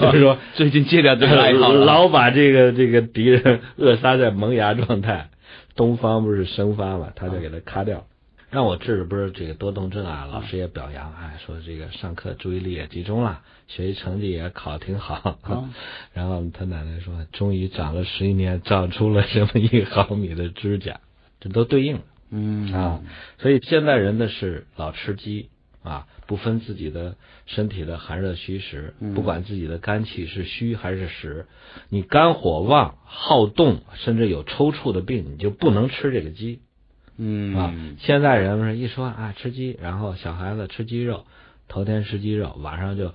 [SPEAKER 2] 就是说，
[SPEAKER 1] *laughs* 最近戒掉这个爱好了。
[SPEAKER 2] 老把这个这个敌人 *laughs* 扼杀在萌芽状态。东方不是生发嘛，他就给它咔掉。让我治的不是这个多动症啊，老师也表扬，哎，说这个上课注意力也集中了，学习成绩也考得挺好。
[SPEAKER 1] 啊
[SPEAKER 2] *laughs* 然后他奶奶说，终于长了十一年，长出了这么一毫米的指甲，这都对应了
[SPEAKER 1] 嗯
[SPEAKER 2] 啊。所以现代人呢是老吃鸡啊，不分自己的身体的寒热虚实，不管自己的肝气是虚还是实，你肝火旺、好动，甚至有抽搐的病，你就不能吃这个鸡
[SPEAKER 1] 嗯
[SPEAKER 2] 啊。现在人们一说啊吃鸡，然后小孩子吃鸡肉，头天吃鸡肉，晚上就，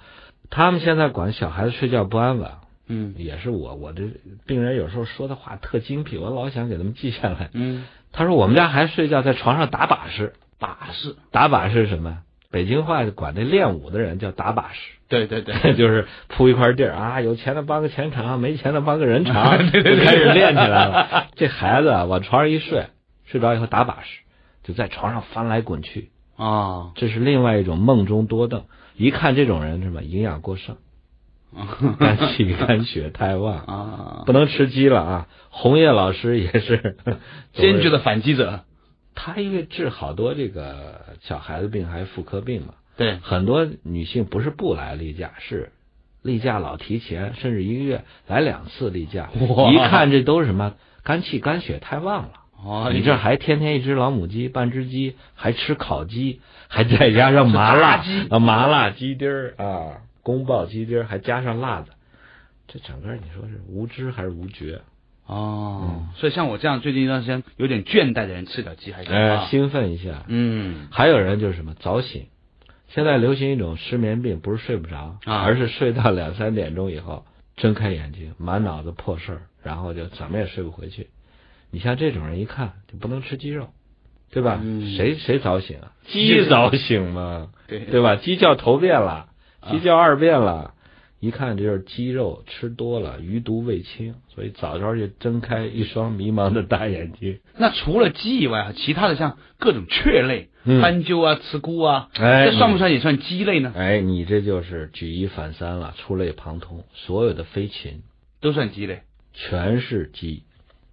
[SPEAKER 2] 他们现在管小孩子睡觉不安稳，
[SPEAKER 1] 嗯
[SPEAKER 2] 也是我，我这病人有时候说的话特精辟，我老想给他们记下来。
[SPEAKER 1] 嗯，
[SPEAKER 2] 他说我们家孩子睡觉在床上打把式，
[SPEAKER 1] 把式，
[SPEAKER 2] 打把式是什么？北京话管这练武的人叫打把式。
[SPEAKER 1] 对对对
[SPEAKER 2] *laughs* 就是铺一块地儿啊，有钱的帮个钱场，没钱的帮个人场，
[SPEAKER 1] *laughs* 对对对
[SPEAKER 2] 就开始练起来了。 *laughs* 这孩子啊，往床上一睡，睡着以后打把式，就在床上翻来滚去，
[SPEAKER 1] 啊，
[SPEAKER 2] 这是另外一种梦中多动。一看这种人什么营养过剩， *laughs* 肝气肝血太旺，
[SPEAKER 1] 啊，
[SPEAKER 2] 不能吃鸡了啊。红叶老师也是
[SPEAKER 1] 坚
[SPEAKER 2] *laughs*
[SPEAKER 1] 决
[SPEAKER 2] 的，
[SPEAKER 1] 的反击者，
[SPEAKER 2] 他因为治好多这个小孩子病还是妇科病嘛，
[SPEAKER 1] 对，
[SPEAKER 2] 很多女性不是不来例假，是例假老提前，甚至一个月来两次例假。
[SPEAKER 1] 哇
[SPEAKER 2] 一看这都是什么肝气肝血太旺了。
[SPEAKER 1] 哦，
[SPEAKER 2] 你这还天天一只老母鸡，半只鸡，还吃烤鸡，还再加上麻
[SPEAKER 1] 炸
[SPEAKER 2] 辣
[SPEAKER 1] 鸡
[SPEAKER 2] 啊 *laughs* 麻辣鸡丁儿啊，宫爆鸡丁儿，还加上辣子，这整个你说是无知还是无觉？
[SPEAKER 1] 哦，
[SPEAKER 2] 嗯
[SPEAKER 1] 所以像我这样最近一段时间有点倦怠的人，吃点鸡还行
[SPEAKER 2] 呃，
[SPEAKER 1] 啊。
[SPEAKER 2] 兴奋一下。
[SPEAKER 1] 嗯
[SPEAKER 2] 还有人就是什么早醒，现在流行一种失眠病，不是睡不着，
[SPEAKER 1] 啊
[SPEAKER 2] 而是睡到两三点钟以后，睁开眼睛满脑子破事儿，然后就怎么也睡不回去。你像这种人一看就不能吃鸡肉，对吧？
[SPEAKER 1] 嗯
[SPEAKER 2] 谁谁早醒啊？
[SPEAKER 1] 鸡
[SPEAKER 2] 鸡早醒嘛，
[SPEAKER 1] 对
[SPEAKER 2] 对
[SPEAKER 1] *laughs*
[SPEAKER 2] 吧？鸡叫头遍了，
[SPEAKER 1] 啊
[SPEAKER 2] 鸡叫二遍了。一看这就是鸡肉吃多了，余毒未清，所以早早就睁开一双迷茫的大眼睛。
[SPEAKER 1] 那除了鸡以外啊，其他的像各种雀类、
[SPEAKER 2] 嗯
[SPEAKER 1] 斑鸠啊、鹚鸪啊，
[SPEAKER 2] 哎
[SPEAKER 1] 这算不算也算鸡类呢？
[SPEAKER 2] 哎，你这就是举一反三了，触类旁通。所有的飞禽
[SPEAKER 1] 都算鸡类
[SPEAKER 2] 全是鸡，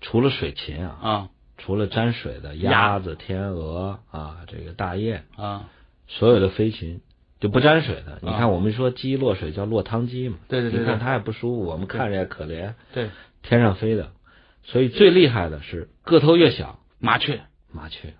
[SPEAKER 2] 除了水禽啊，
[SPEAKER 1] 啊
[SPEAKER 2] 除了沾水的
[SPEAKER 1] 鸭
[SPEAKER 2] 鸭子、天鹅啊，这个大雁，
[SPEAKER 1] 啊！
[SPEAKER 2] 所有的飞禽就不沾水的。你
[SPEAKER 1] 啊
[SPEAKER 2] 看，我们说鸡落水叫落汤鸡嘛，
[SPEAKER 1] 对对对
[SPEAKER 2] 你看
[SPEAKER 1] 对
[SPEAKER 2] 它也不舒服，我们看着也可怜，
[SPEAKER 1] 对，
[SPEAKER 2] 天上飞的。所以最厉害的是个头越小，
[SPEAKER 1] 麻雀
[SPEAKER 2] 麻雀。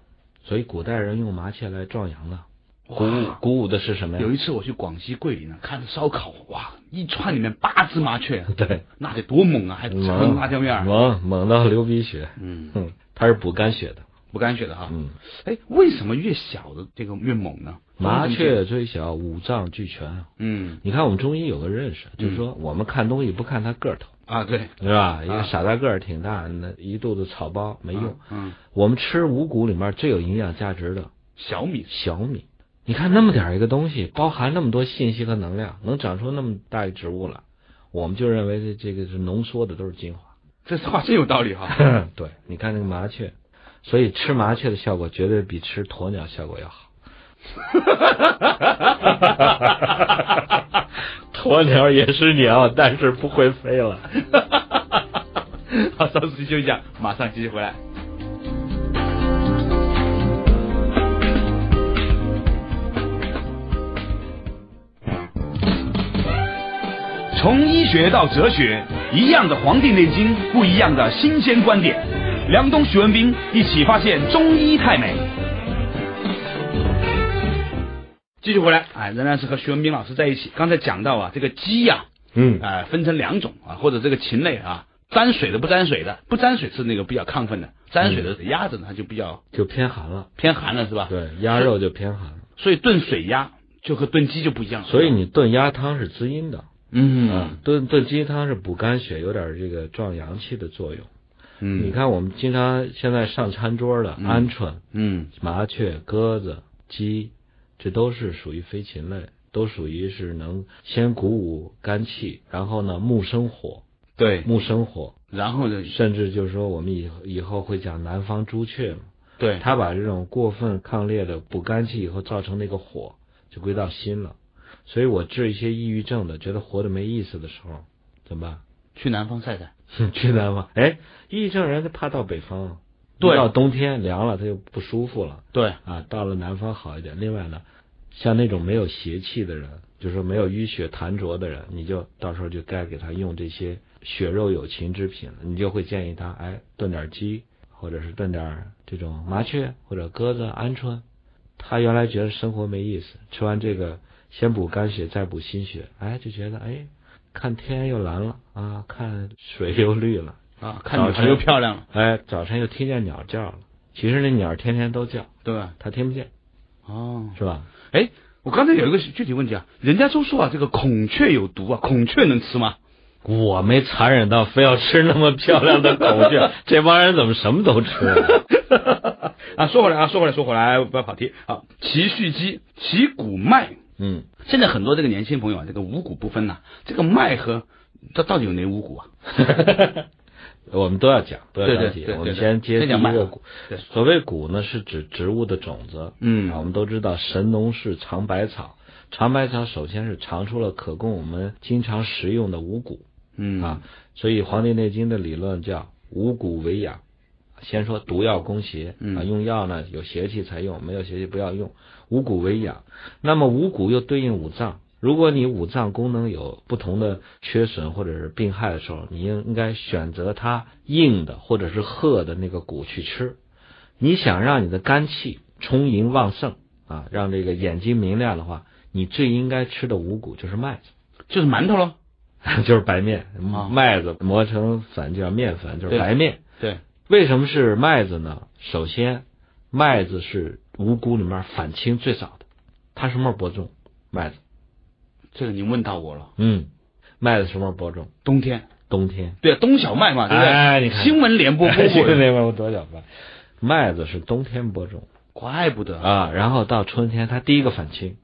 [SPEAKER 2] 所以古代人用麻雀来壮阳的，鼓舞
[SPEAKER 1] 哇。
[SPEAKER 2] 鼓舞的是什么呀
[SPEAKER 1] 有？一次我去广西桂林啊，看烧烤，哇，一串里面八只麻雀，
[SPEAKER 2] *laughs* 对，
[SPEAKER 1] 那得多猛啊！还
[SPEAKER 2] 猛
[SPEAKER 1] 盛辣椒面儿，
[SPEAKER 2] 猛猛到流鼻血。
[SPEAKER 1] 嗯，
[SPEAKER 2] 嗯，它是补肝血的。
[SPEAKER 1] 不干血的哈。
[SPEAKER 2] 嗯，
[SPEAKER 1] 哎，为什么越小的这个越猛呢？
[SPEAKER 2] 麻，雀虽小，五脏俱全。啊
[SPEAKER 1] 嗯
[SPEAKER 2] 你看我们中医有个认识，就是说我们看东西不看它个头，
[SPEAKER 1] 啊，对，
[SPEAKER 2] 是吧？一
[SPEAKER 1] 啊
[SPEAKER 2] 个傻大个儿挺大，那一肚子草包没用。
[SPEAKER 1] 嗯，
[SPEAKER 2] 我们吃五谷里面最有营养价值的
[SPEAKER 1] 小米
[SPEAKER 2] 小米，你看那么点儿一个东西，包含那么多信息和能量，能长出那么大一植物来，我们就认为这这个是浓缩的都是精华。
[SPEAKER 1] 这话真有道理哈。
[SPEAKER 2] *clears throat* 对，你看那个麻雀，所以吃麻雀的效果绝对比吃鸵鸟效果要好。 *laughs* 鸵鸟也是鸟，但是不会飞了。
[SPEAKER 1] *laughs* 好，稍事休息一下，马上继续回来。从医学到哲学，一样的《黄帝内经》，不一样的新鲜观点。梁冬、许文斌一起发现中医太美。继续回来，哎，仍然是和徐文斌老师在一起。刚才讲到啊，这个鸡呀、
[SPEAKER 2] *laughs* 嗯，
[SPEAKER 1] 呃，分成两种啊，或者这个禽类啊，沾水的不沾水的，不沾水是那个比较亢奋的，沾水的鸭子呢，它就比较
[SPEAKER 2] 就偏寒了。
[SPEAKER 1] 偏寒了，是吧？。
[SPEAKER 2] 嗯对，鸭肉就偏寒，
[SPEAKER 1] 所以炖水鸭就和炖鸡就不一样了。
[SPEAKER 2] 所以，你炖鸭汤是滋阴的，啊
[SPEAKER 1] 嗯
[SPEAKER 2] 炖炖鸡汤是补肝血，有点这个壮阳气的作用。
[SPEAKER 1] 嗯，
[SPEAKER 2] 你，看我们经常现在上餐桌的
[SPEAKER 1] 嗯
[SPEAKER 2] 鹌鹑、
[SPEAKER 1] 嗯
[SPEAKER 2] 麻雀、鸽子、鸡，这都是属于飞禽类，都属于是能先鼓舞肝气，然后呢木生火，
[SPEAKER 1] 对，
[SPEAKER 2] 木生火，
[SPEAKER 1] 然后呢，
[SPEAKER 2] 甚至就是说我们以后以后会讲南方朱雀嘛，
[SPEAKER 1] 对，
[SPEAKER 2] 它把这种过分抗烈的补肝气以后造成那个火就归到心了，所以我治一些抑郁症的，觉得活得没意思的时候，怎么办？ *laughs*
[SPEAKER 1] 去南方晒晒。
[SPEAKER 2] 去南方，哎，抑郁症人他怕到北方，
[SPEAKER 1] 对
[SPEAKER 2] 一到冬天凉了他就不舒服了。
[SPEAKER 1] 对，
[SPEAKER 2] 啊，到了南方好一点。另外呢，像那种没有邪气的人，就是说没有淤血痰浊的人，你就到时候就该给他用这些血肉有情之品了。你就会建议他，哎，炖点鸡，或者是炖点这种麻雀或者鸽子、鹌鹑。他原来觉得生活没意思，吃完这个先补肝血，再补心血，哎，就觉得哎，看天又蓝了啊，看水又绿了，
[SPEAKER 1] 啊，看女孩又漂亮了，
[SPEAKER 2] 哎，早晨又听见鸟叫了。其实那鸟天天都叫，
[SPEAKER 1] 对吧？
[SPEAKER 2] 他听不见，
[SPEAKER 1] 哦，
[SPEAKER 2] 是吧？
[SPEAKER 1] 哎，我刚才有一个具体问题啊，人家都说啊，这个孔雀有毒啊，孔雀能吃吗？
[SPEAKER 2] 我没残忍到非要吃那么漂亮的
[SPEAKER 1] *laughs*
[SPEAKER 2] 孔雀，这帮人怎么什么都吃啊？
[SPEAKER 1] 啊，说回来啊，说回来，说回来，不要跑题啊。奇蓄鸡、奇骨麦，
[SPEAKER 2] 嗯， *laughs*
[SPEAKER 1] 现在很多这个年轻朋友啊，这个五谷不分呐、这个麦和它到底有哪五谷啊？
[SPEAKER 2] 我们都要讲，都要
[SPEAKER 1] 对对
[SPEAKER 2] 讲解。
[SPEAKER 1] 对对
[SPEAKER 2] 我们先接
[SPEAKER 1] 对
[SPEAKER 2] 第
[SPEAKER 1] 先讲
[SPEAKER 2] 一
[SPEAKER 1] 麦
[SPEAKER 2] 个
[SPEAKER 1] 吧
[SPEAKER 2] 谷
[SPEAKER 1] 对，
[SPEAKER 2] 所谓谷呢，是指植物的种子。
[SPEAKER 1] 嗯
[SPEAKER 2] 啊，我们都知道神农氏尝百草，尝百草首先是尝出了可供我们经常食用的五谷
[SPEAKER 1] 嗯
[SPEAKER 2] 啊，所以《黄帝内经》的理论叫五谷为养。先说毒药攻邪
[SPEAKER 1] 嗯
[SPEAKER 2] 啊，用药呢有邪气才用，没有邪气不要用。五谷为养，那么五谷又对应五脏。如果你五脏功能有不同的缺损或者是病害的时候，你应应该选择它硬的或者是褐的那个谷去吃。你想让你的肝气充盈旺盛啊，让这个眼睛明亮的话，你最应该吃的五谷就是麦子。
[SPEAKER 1] 就是馒头喽。
[SPEAKER 2] *laughs* 就是白面
[SPEAKER 1] 啊，
[SPEAKER 2] 麦子磨成粉就叫面粉，就是
[SPEAKER 1] 对
[SPEAKER 2] 白面。
[SPEAKER 1] 对，
[SPEAKER 2] 为什么是麦子呢？首先，麦子是五谷里面反青最早的，它什么时候播种？麦子，
[SPEAKER 1] 这个您问到我了。
[SPEAKER 2] 嗯，麦子什么时候播种？
[SPEAKER 1] 冬天，
[SPEAKER 2] 冬天。
[SPEAKER 1] 对，啊冬小麦嘛，对不对？
[SPEAKER 2] 哎你看哎
[SPEAKER 1] 新闻联
[SPEAKER 2] *laughs*
[SPEAKER 1] 播播
[SPEAKER 2] 这个
[SPEAKER 1] 过，
[SPEAKER 2] 那边我多少吧？麦子是冬天播种
[SPEAKER 1] 怪不得。
[SPEAKER 2] 啊，然后到春天它第一个反青，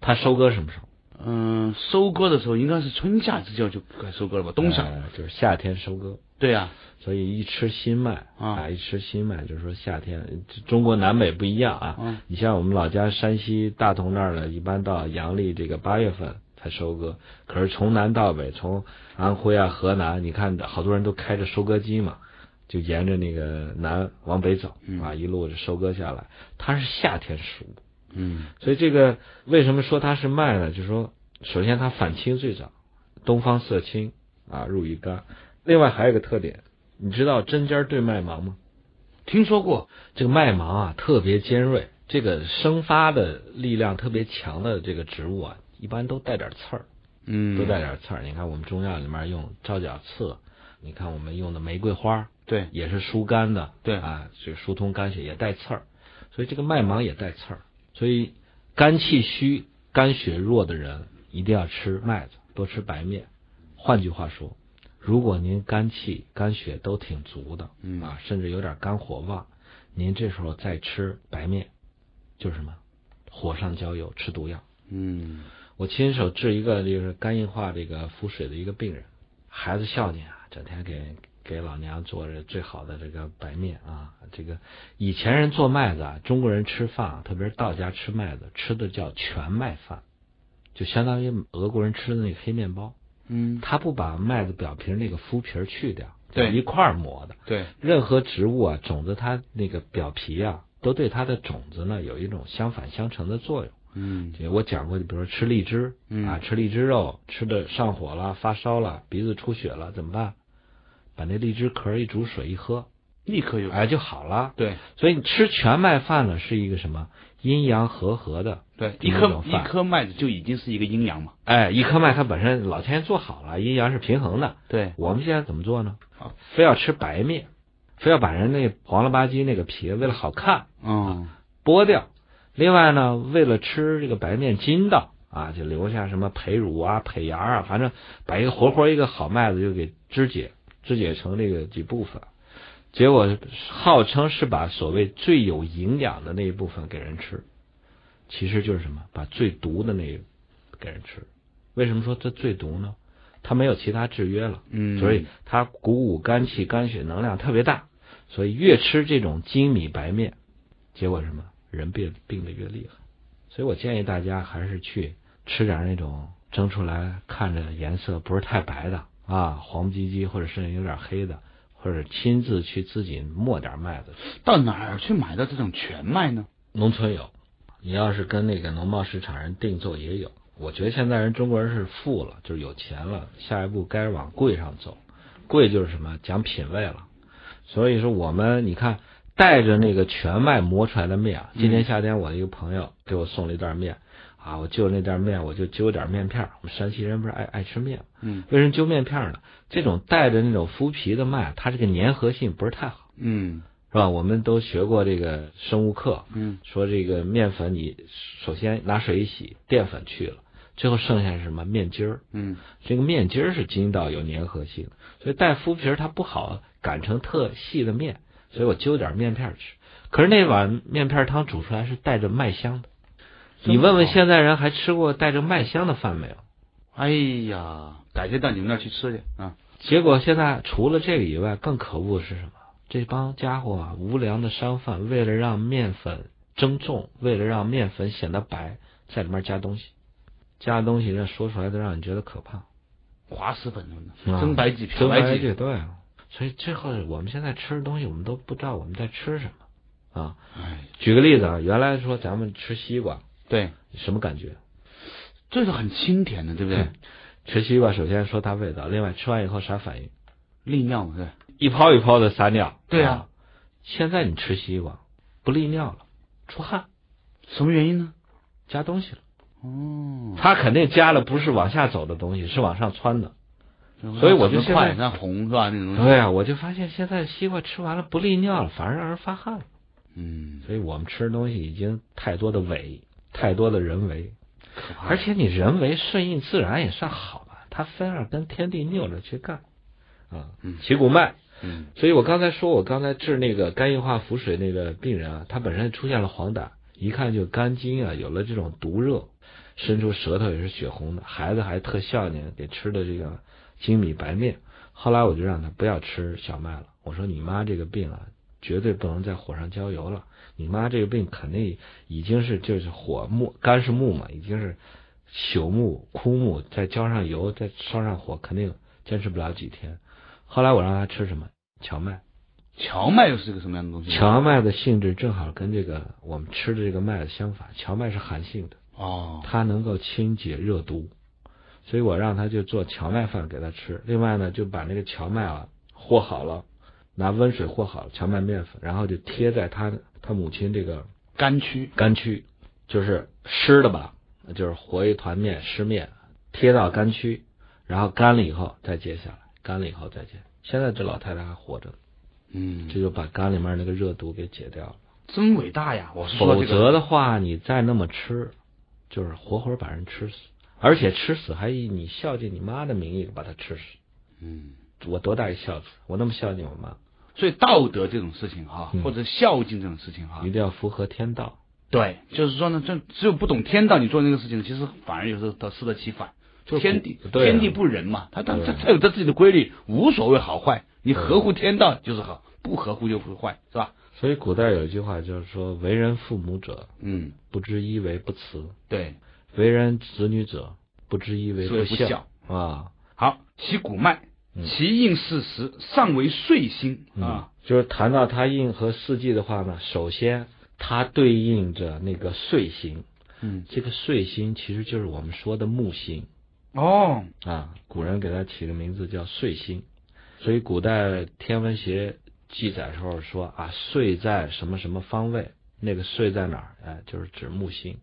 [SPEAKER 2] 它收割什么时候？
[SPEAKER 1] 嗯，收割的时候应该是春夏之交就该收割了吧？冬小，
[SPEAKER 2] 哎就是夏天收割。
[SPEAKER 1] 对啊，
[SPEAKER 2] 所以一吃新麦
[SPEAKER 1] 啊
[SPEAKER 2] 一吃新麦就是说夏天，中国南北不一样啊。
[SPEAKER 1] 嗯
[SPEAKER 2] 你像我们老家山西大同那儿呢，一般到阳历这个八月份才收割，可是从南到北，从安徽啊、河南，你看好多人都开着收割机嘛，就沿着那个南往北走啊，一路就收割下来。它是夏天收，
[SPEAKER 1] 嗯
[SPEAKER 2] 所以这个为什么说它是麦呢？就是说，首先它反青最早，东方色青啊，入于肝。另外还有一个特点，你知道针尖儿对麦芒吗？，
[SPEAKER 1] 听说过，
[SPEAKER 2] 这个麦芒啊特别尖锐，这个生发的力量特别强的这个植物啊，一般都带点刺儿，
[SPEAKER 1] 嗯，
[SPEAKER 2] 都带点刺儿。你看我们中药里面用皂角刺，你看我们用的玫瑰花，
[SPEAKER 1] 对，
[SPEAKER 2] 也是疏肝的，
[SPEAKER 1] 对
[SPEAKER 2] 啊，这疏通肝血也带刺儿，所以这个麦芒也带刺儿，所以肝气虚、肝血弱的人一定要吃麦子，多吃白面。换句话说，如果您肝气、肝血都挺足的，
[SPEAKER 1] 嗯
[SPEAKER 2] 啊，甚至有点肝火旺，您这时候再吃白面，就是什么火上浇油，吃毒药。
[SPEAKER 1] 嗯
[SPEAKER 2] 我亲手治一个就是肝硬化这个腹水的一个病人，孩子孝敬啊，整天给给老娘做着最好的这个白面啊，这个以前人做麦子啊，中国人吃饭啊，特别是道家吃麦子，吃的叫全麦饭，就相当于俄国人吃的那个黑面包，
[SPEAKER 1] 嗯，
[SPEAKER 2] 他不把麦子表皮儿那个麸皮儿去掉，
[SPEAKER 1] 对
[SPEAKER 2] 一块儿磨的。
[SPEAKER 1] 对，
[SPEAKER 2] 任何植物啊，种子它那个表皮啊，都对它的种子呢有一种相反相成的作用。
[SPEAKER 1] 嗯
[SPEAKER 2] 这我讲过，就比如说吃荔枝，
[SPEAKER 1] 嗯
[SPEAKER 2] 啊，吃荔枝肉，吃的上火了、发烧了、鼻子出血了，怎么办？把那荔枝壳一煮水一喝，
[SPEAKER 1] 立刻有，
[SPEAKER 2] 哎，就好了。
[SPEAKER 1] 对
[SPEAKER 2] 所以你吃全麦饭呢，是一个什么阴阳和合的，
[SPEAKER 1] 对，
[SPEAKER 2] 就
[SPEAKER 1] 一
[SPEAKER 2] 那
[SPEAKER 1] 颗
[SPEAKER 2] 种
[SPEAKER 1] 一
[SPEAKER 2] 饭
[SPEAKER 1] 颗麦子就已经是一个阴阳嘛，
[SPEAKER 2] 哎，一颗麦它本身老天爷做好了，阴阳是平衡的。
[SPEAKER 1] 对，
[SPEAKER 2] 我们现在怎么做呢
[SPEAKER 1] 好？
[SPEAKER 2] 非要吃白面，非要把人那黄了吧唧那个皮啊为了好看
[SPEAKER 1] 嗯
[SPEAKER 2] 剥掉。另外呢，为了吃这个白面筋道啊，就留下什么培乳啊、胚芽啊，反正把一个活活一个好麦子就给肢解，肢解成这个几部分。结果号称是把所谓最有营养的那一部分给人吃，其实就是什么？把最毒的那一给人吃。为什么说这最毒呢？它没有其他制约了，
[SPEAKER 1] 嗯，
[SPEAKER 2] 所以它鼓舞肝气、肝血能量特别大，所以越吃这种精米白面，结果是什么人病病的越厉害。所以我建议大家还是去吃点那种蒸出来看着颜色不是太白的啊，黄不唧唧或者甚至有点黑的，或者亲自去自己磨点麦子。
[SPEAKER 1] 到哪儿去买到这种全麦呢？
[SPEAKER 2] 农村有，你要是跟那个农贸市场人定做也有。我觉得现在人中国人是富了，就是有钱了，下一步该往贵上走。贵就是什么，讲品位了。所以说我们你看，带着那个全麦磨出来的面啊，今年夏天我的一个朋友给我送了一袋面啊，我就那袋面我就揪点面片儿。我们山西人不是爱爱吃面吗？
[SPEAKER 1] 嗯
[SPEAKER 2] 为什么揪面片儿呢？这种带着那种麸皮的麦，啊它这个粘合性不是太好，
[SPEAKER 1] 嗯
[SPEAKER 2] 是吧？我们都学过这个生物课，
[SPEAKER 1] 嗯
[SPEAKER 2] 说这个面粉你首先拿水一洗，淀粉去了，最后剩下是什么面筋儿？
[SPEAKER 1] 嗯
[SPEAKER 2] 这个面筋儿是筋道有粘合性，所以带麸皮儿它不好擀成特细的面，所以我揪点面片儿吃。可是那碗面片儿汤煮出来是带着麦香的，
[SPEAKER 1] 这么
[SPEAKER 2] 你问问
[SPEAKER 1] 好
[SPEAKER 2] 现在人还吃过带着麦香的饭没有？
[SPEAKER 1] 哎呀，改天到你们那儿去吃去啊！
[SPEAKER 2] 结果现在除了这个以外，更可恶的是什么？这帮家伙啊，无良的商贩为了让面粉增重，为了让面粉显得白，在里面加东西，加东西让说出来都让你觉得可怕。
[SPEAKER 1] 滑石粉什么的，
[SPEAKER 2] 啊
[SPEAKER 1] 蒸白几、漂
[SPEAKER 2] 真
[SPEAKER 1] 白
[SPEAKER 2] 白
[SPEAKER 1] 几，
[SPEAKER 2] 对啊。所以最后我们现在吃的东西，我们都不知道我们在吃什么啊。
[SPEAKER 1] 哎，
[SPEAKER 2] 举个例子啊，原来说咱们吃西瓜
[SPEAKER 1] 对，
[SPEAKER 2] 什么感觉？
[SPEAKER 1] 这是很清甜的，对不对？
[SPEAKER 2] *laughs* 吃西瓜首先说它味道，另外吃完以后啥反应？
[SPEAKER 1] 利尿嘛，对，
[SPEAKER 2] 一泡一泡的撒尿。
[SPEAKER 1] 对啊
[SPEAKER 2] 啊，现在你吃西瓜不利尿了，出汗
[SPEAKER 1] 什么原因呢？
[SPEAKER 2] 加东西了。
[SPEAKER 1] 哦，
[SPEAKER 2] 它肯定加了不是往下走的东西，是往上窜的。所以我就
[SPEAKER 1] 整
[SPEAKER 2] 现在
[SPEAKER 1] 个快，那红是吧？那种东西，
[SPEAKER 2] 对啊，我就发现现在西瓜吃完了不利尿了，反而让人发汗了。
[SPEAKER 1] 嗯，
[SPEAKER 2] 所以我们吃的东西已经太多的伪，太多的人为，
[SPEAKER 1] 可怕
[SPEAKER 2] 而且你人为顺应自然也算好吧，他非要跟天地拗着去干啊
[SPEAKER 1] 嗯，
[SPEAKER 2] 旗鼓脉。
[SPEAKER 1] 嗯
[SPEAKER 2] 所以我刚才说，我刚才治那个肝硬化腹水那个病人啊，他本身出现了黄疸，一看就肝经啊有了这种毒热，伸出舌头也是血红的，孩子还特孝敬，给吃的这个精米白面。后来我就让他不要吃小麦了，我说你妈这个病啊，绝对不能在火上浇油了，你妈这个病肯定已经是就是火木，肝是木嘛，已经是朽木枯木，再浇上油，再烧上火，肯定坚持不了几天。后来我让他吃什么？荞麦，
[SPEAKER 1] 荞麦又是个什么样的东西？
[SPEAKER 2] 荞麦的性质正好跟这个我们吃的这个麦子相反，荞麦是寒性的，
[SPEAKER 1] 哦，
[SPEAKER 2] 它能够清解热毒，所以我让他就做荞麦饭给他吃。另外呢，就把那个荞麦啊和好了，拿温水和好了荞麦面粉，然后就贴在他他母亲这个
[SPEAKER 1] 干区，
[SPEAKER 2] 肝区，就是湿的吧，就是和一团面湿面，贴到肝区，然后干了以后再揭下来，干了以后再揭。现在这老太太还活着呢。
[SPEAKER 1] 嗯，
[SPEAKER 2] 这就把肝里面那个热毒给解掉了。
[SPEAKER 1] 真伟大呀！我是说
[SPEAKER 2] 否
[SPEAKER 1] 这个，
[SPEAKER 2] 则的话，你再那么吃，就是活活把人吃死，而且吃死还以你孝敬你妈的名义把他吃死。
[SPEAKER 1] 嗯，
[SPEAKER 2] 我多大一孝子，我那么孝敬我妈，
[SPEAKER 1] 所以道德这种事情哈，
[SPEAKER 2] 嗯
[SPEAKER 1] 或者孝敬这种事情哈，
[SPEAKER 2] 一定要符合天道。
[SPEAKER 1] 对，就是说呢，这只有不懂天道，你做那个事情，其实反而有时候它适得其反。
[SPEAKER 2] 就是
[SPEAKER 1] 天地、
[SPEAKER 2] 对啊
[SPEAKER 1] 天地不仁嘛，他他
[SPEAKER 2] 对啊嗯
[SPEAKER 1] 他他有他自己的规律，无所谓好坏，你合乎天道就是好，不合乎就不是坏，是吧？
[SPEAKER 2] 所以古代有一句话就是说：“为人父母者，
[SPEAKER 1] 嗯，
[SPEAKER 2] 不知一为不慈；
[SPEAKER 1] 对。
[SPEAKER 2] 为人子女者，不知一为
[SPEAKER 1] 所以不
[SPEAKER 2] 孝。
[SPEAKER 1] 孝
[SPEAKER 2] 啊，
[SPEAKER 1] 好，其骨脉，其应事实，尚为岁星啊。
[SPEAKER 2] 嗯，就是谈到它应和四季的话呢，首先它对应着那个岁星，
[SPEAKER 1] 嗯，
[SPEAKER 2] 这个岁星其实就是我们说的木星
[SPEAKER 1] 哦，
[SPEAKER 2] 啊，古人给它起个名字叫岁星，所以古代天文学记载时候说啊，岁在什么什么方位，那个岁在哪儿？哎，就是指木星。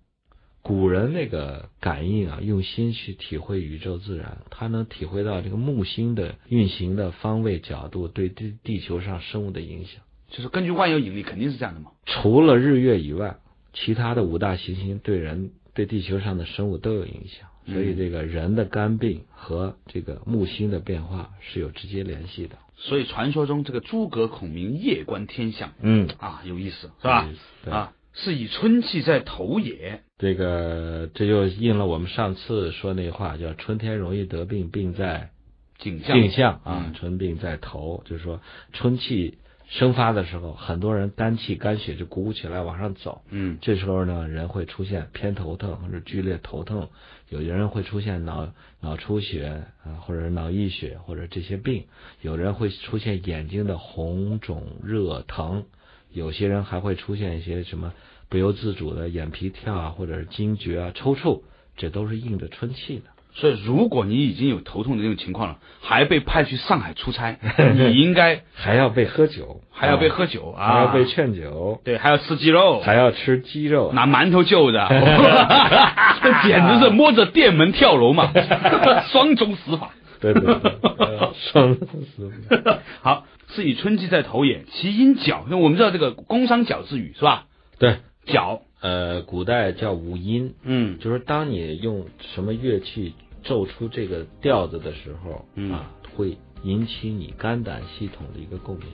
[SPEAKER 2] 古人那个感应啊，用心去体会宇宙自然，他能体会到这个木星的运行的方位角度对地地球上生物的影响。
[SPEAKER 1] 就是根据万有引力，肯定是这样的嘛。
[SPEAKER 2] 除了日月以外，其他的五大行星对人、对地球上的生物都有影响，
[SPEAKER 1] 嗯
[SPEAKER 2] 所以这个人的肝病和这个木星的变化是有直接联系的。
[SPEAKER 1] 所以传说中这个诸葛孔明夜观天象
[SPEAKER 2] 嗯，
[SPEAKER 1] 啊，有意思是吧
[SPEAKER 2] 有意思？嗯对
[SPEAKER 1] 啊，是以春气在头也。
[SPEAKER 2] 这个这就应了我们上次说那话，叫“春天容易得病，病在
[SPEAKER 1] 景象，
[SPEAKER 2] 病象啊
[SPEAKER 1] 嗯，
[SPEAKER 2] 春病在头”，就是说春气生发的时候，很多人肝气、肝血就鼓起来往上走。
[SPEAKER 1] 嗯，
[SPEAKER 2] 这时候呢，人会出现偏头疼或者剧烈头疼，有的人会出现脑脑出血啊、或者是脑溢血或者这些病，有人会出现眼睛的红肿热疼，有些人还会出现一些什么不由自主的眼皮跳啊，或者是惊厥啊、抽搐，这都是应着春气的。
[SPEAKER 1] 所以如果你已经有头痛的这种情况了，还被派去上海出
[SPEAKER 2] *laughs*
[SPEAKER 1] 差，你应该
[SPEAKER 2] *laughs* 还要被喝酒，
[SPEAKER 1] 还要被
[SPEAKER 2] 啊 *laughs*
[SPEAKER 1] 喝酒啊，
[SPEAKER 2] 还要被劝酒，
[SPEAKER 1] 对，还要吃鸡肉，
[SPEAKER 2] 还要吃鸡肉，
[SPEAKER 1] 拿馒头救
[SPEAKER 2] *laughs*
[SPEAKER 1] 的，这简直是摸着电门跳楼嘛， *laughs* 双重死法。 *laughs*
[SPEAKER 2] 对对对，呃双死。 *laughs*
[SPEAKER 1] 好，是以春季在头也，其因角，因为我们知道这个工商角之语是吧？
[SPEAKER 2] 对，
[SPEAKER 1] 角，
[SPEAKER 2] 呃，古代叫五音，
[SPEAKER 1] 嗯
[SPEAKER 2] 就是当你用什么乐器奏出这个调子的时候，
[SPEAKER 1] 嗯
[SPEAKER 2] 啊，会引起你肝胆系统的一个共鸣。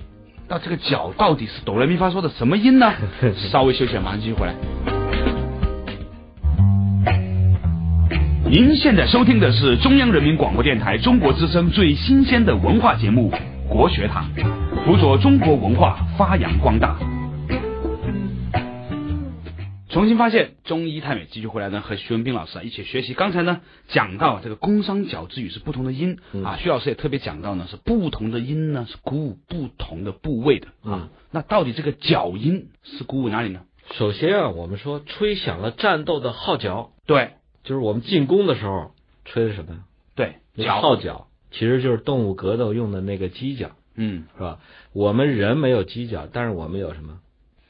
[SPEAKER 1] 那这个角到底是哆来咪发嗦的什么音呢？稍微休息，马上继续回来。您现在收听的是中央人民广播电台中国之声最新鲜的文化节目《国学堂》，辅佐中国文化发扬光大。重新发现中医太美，继续回来呢，和徐文斌老师啊一起学习。刚才呢讲到这个宫商角徵羽是不同的音、
[SPEAKER 2] 嗯
[SPEAKER 1] 啊，徐老师也特别讲到呢，是不同的音呢是鼓舞不同的部位的啊
[SPEAKER 2] 嗯。
[SPEAKER 1] 那到底这个角音是鼓舞哪里呢？
[SPEAKER 2] 首先啊，我们说吹响了战斗的号角，
[SPEAKER 1] 对
[SPEAKER 2] 就是我们进攻的时候吹的什么呀？
[SPEAKER 1] 对，
[SPEAKER 2] 那
[SPEAKER 1] 角，
[SPEAKER 2] 号角，其实就是动物格斗用的那个犄角，
[SPEAKER 1] 嗯，
[SPEAKER 2] 是吧？我们人没有犄角，但是我们有什么？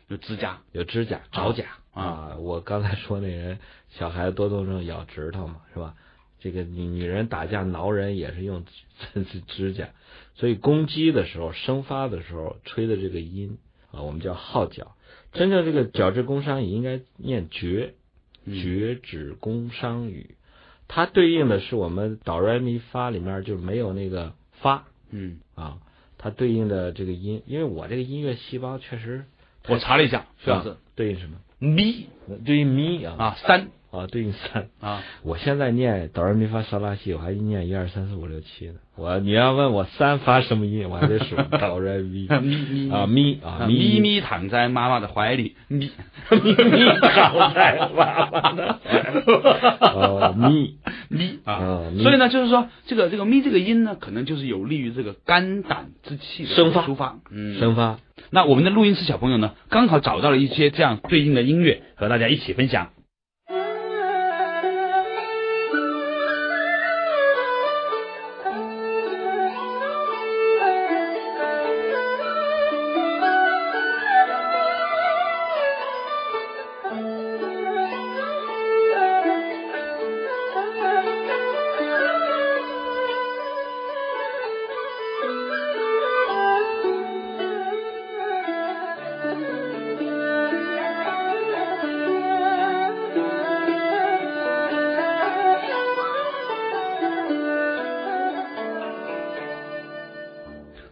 [SPEAKER 1] 有指甲，
[SPEAKER 2] 有指甲、爪甲啊！我刚才说那人小孩子多动症咬指头嘛，是吧？这个女女人打架挠人也是用指 *laughs* 指甲，所以攻击的时候、生发的时候吹的这个音啊，我们叫号角。真正这个角质工商羽应该念绝，
[SPEAKER 1] 嗯
[SPEAKER 2] 绝指工商羽，它对应的是我们哆来咪发里面就没有那个发
[SPEAKER 1] 嗯，
[SPEAKER 2] 啊，它对应的这个音，因为我这个音乐细胞确实
[SPEAKER 1] 我查了一下，
[SPEAKER 2] 是
[SPEAKER 1] 徐老
[SPEAKER 2] 吧
[SPEAKER 1] 师，
[SPEAKER 2] 对应什么？
[SPEAKER 1] 咪
[SPEAKER 2] 对应咪啊
[SPEAKER 1] 啊三
[SPEAKER 2] 啊，对应三。
[SPEAKER 1] 啊，
[SPEAKER 2] 我现在念哆来咪发嗦拉西，我还念一二三四五六七呢。我你要问我三发什么音，我还得数哆来咪
[SPEAKER 1] 咪咪
[SPEAKER 2] 啊咪
[SPEAKER 1] 啊
[SPEAKER 2] 啊
[SPEAKER 1] 咪
[SPEAKER 2] 咪
[SPEAKER 1] 咪躺在妈妈的怀里，咪
[SPEAKER 2] 咪 *laughs* 咪好在娃娃的哦咪
[SPEAKER 1] 咪啊
[SPEAKER 2] 啊，咪
[SPEAKER 1] 所以呢，就是说这个这个咪这个音呢，可能就是有利于这个肝胆之气的
[SPEAKER 2] 生发
[SPEAKER 1] 抒发。嗯，
[SPEAKER 2] 声发。
[SPEAKER 1] 那我们的录音室小朋友呢，刚好找到了一些这样对应的音乐，和大家一起分享。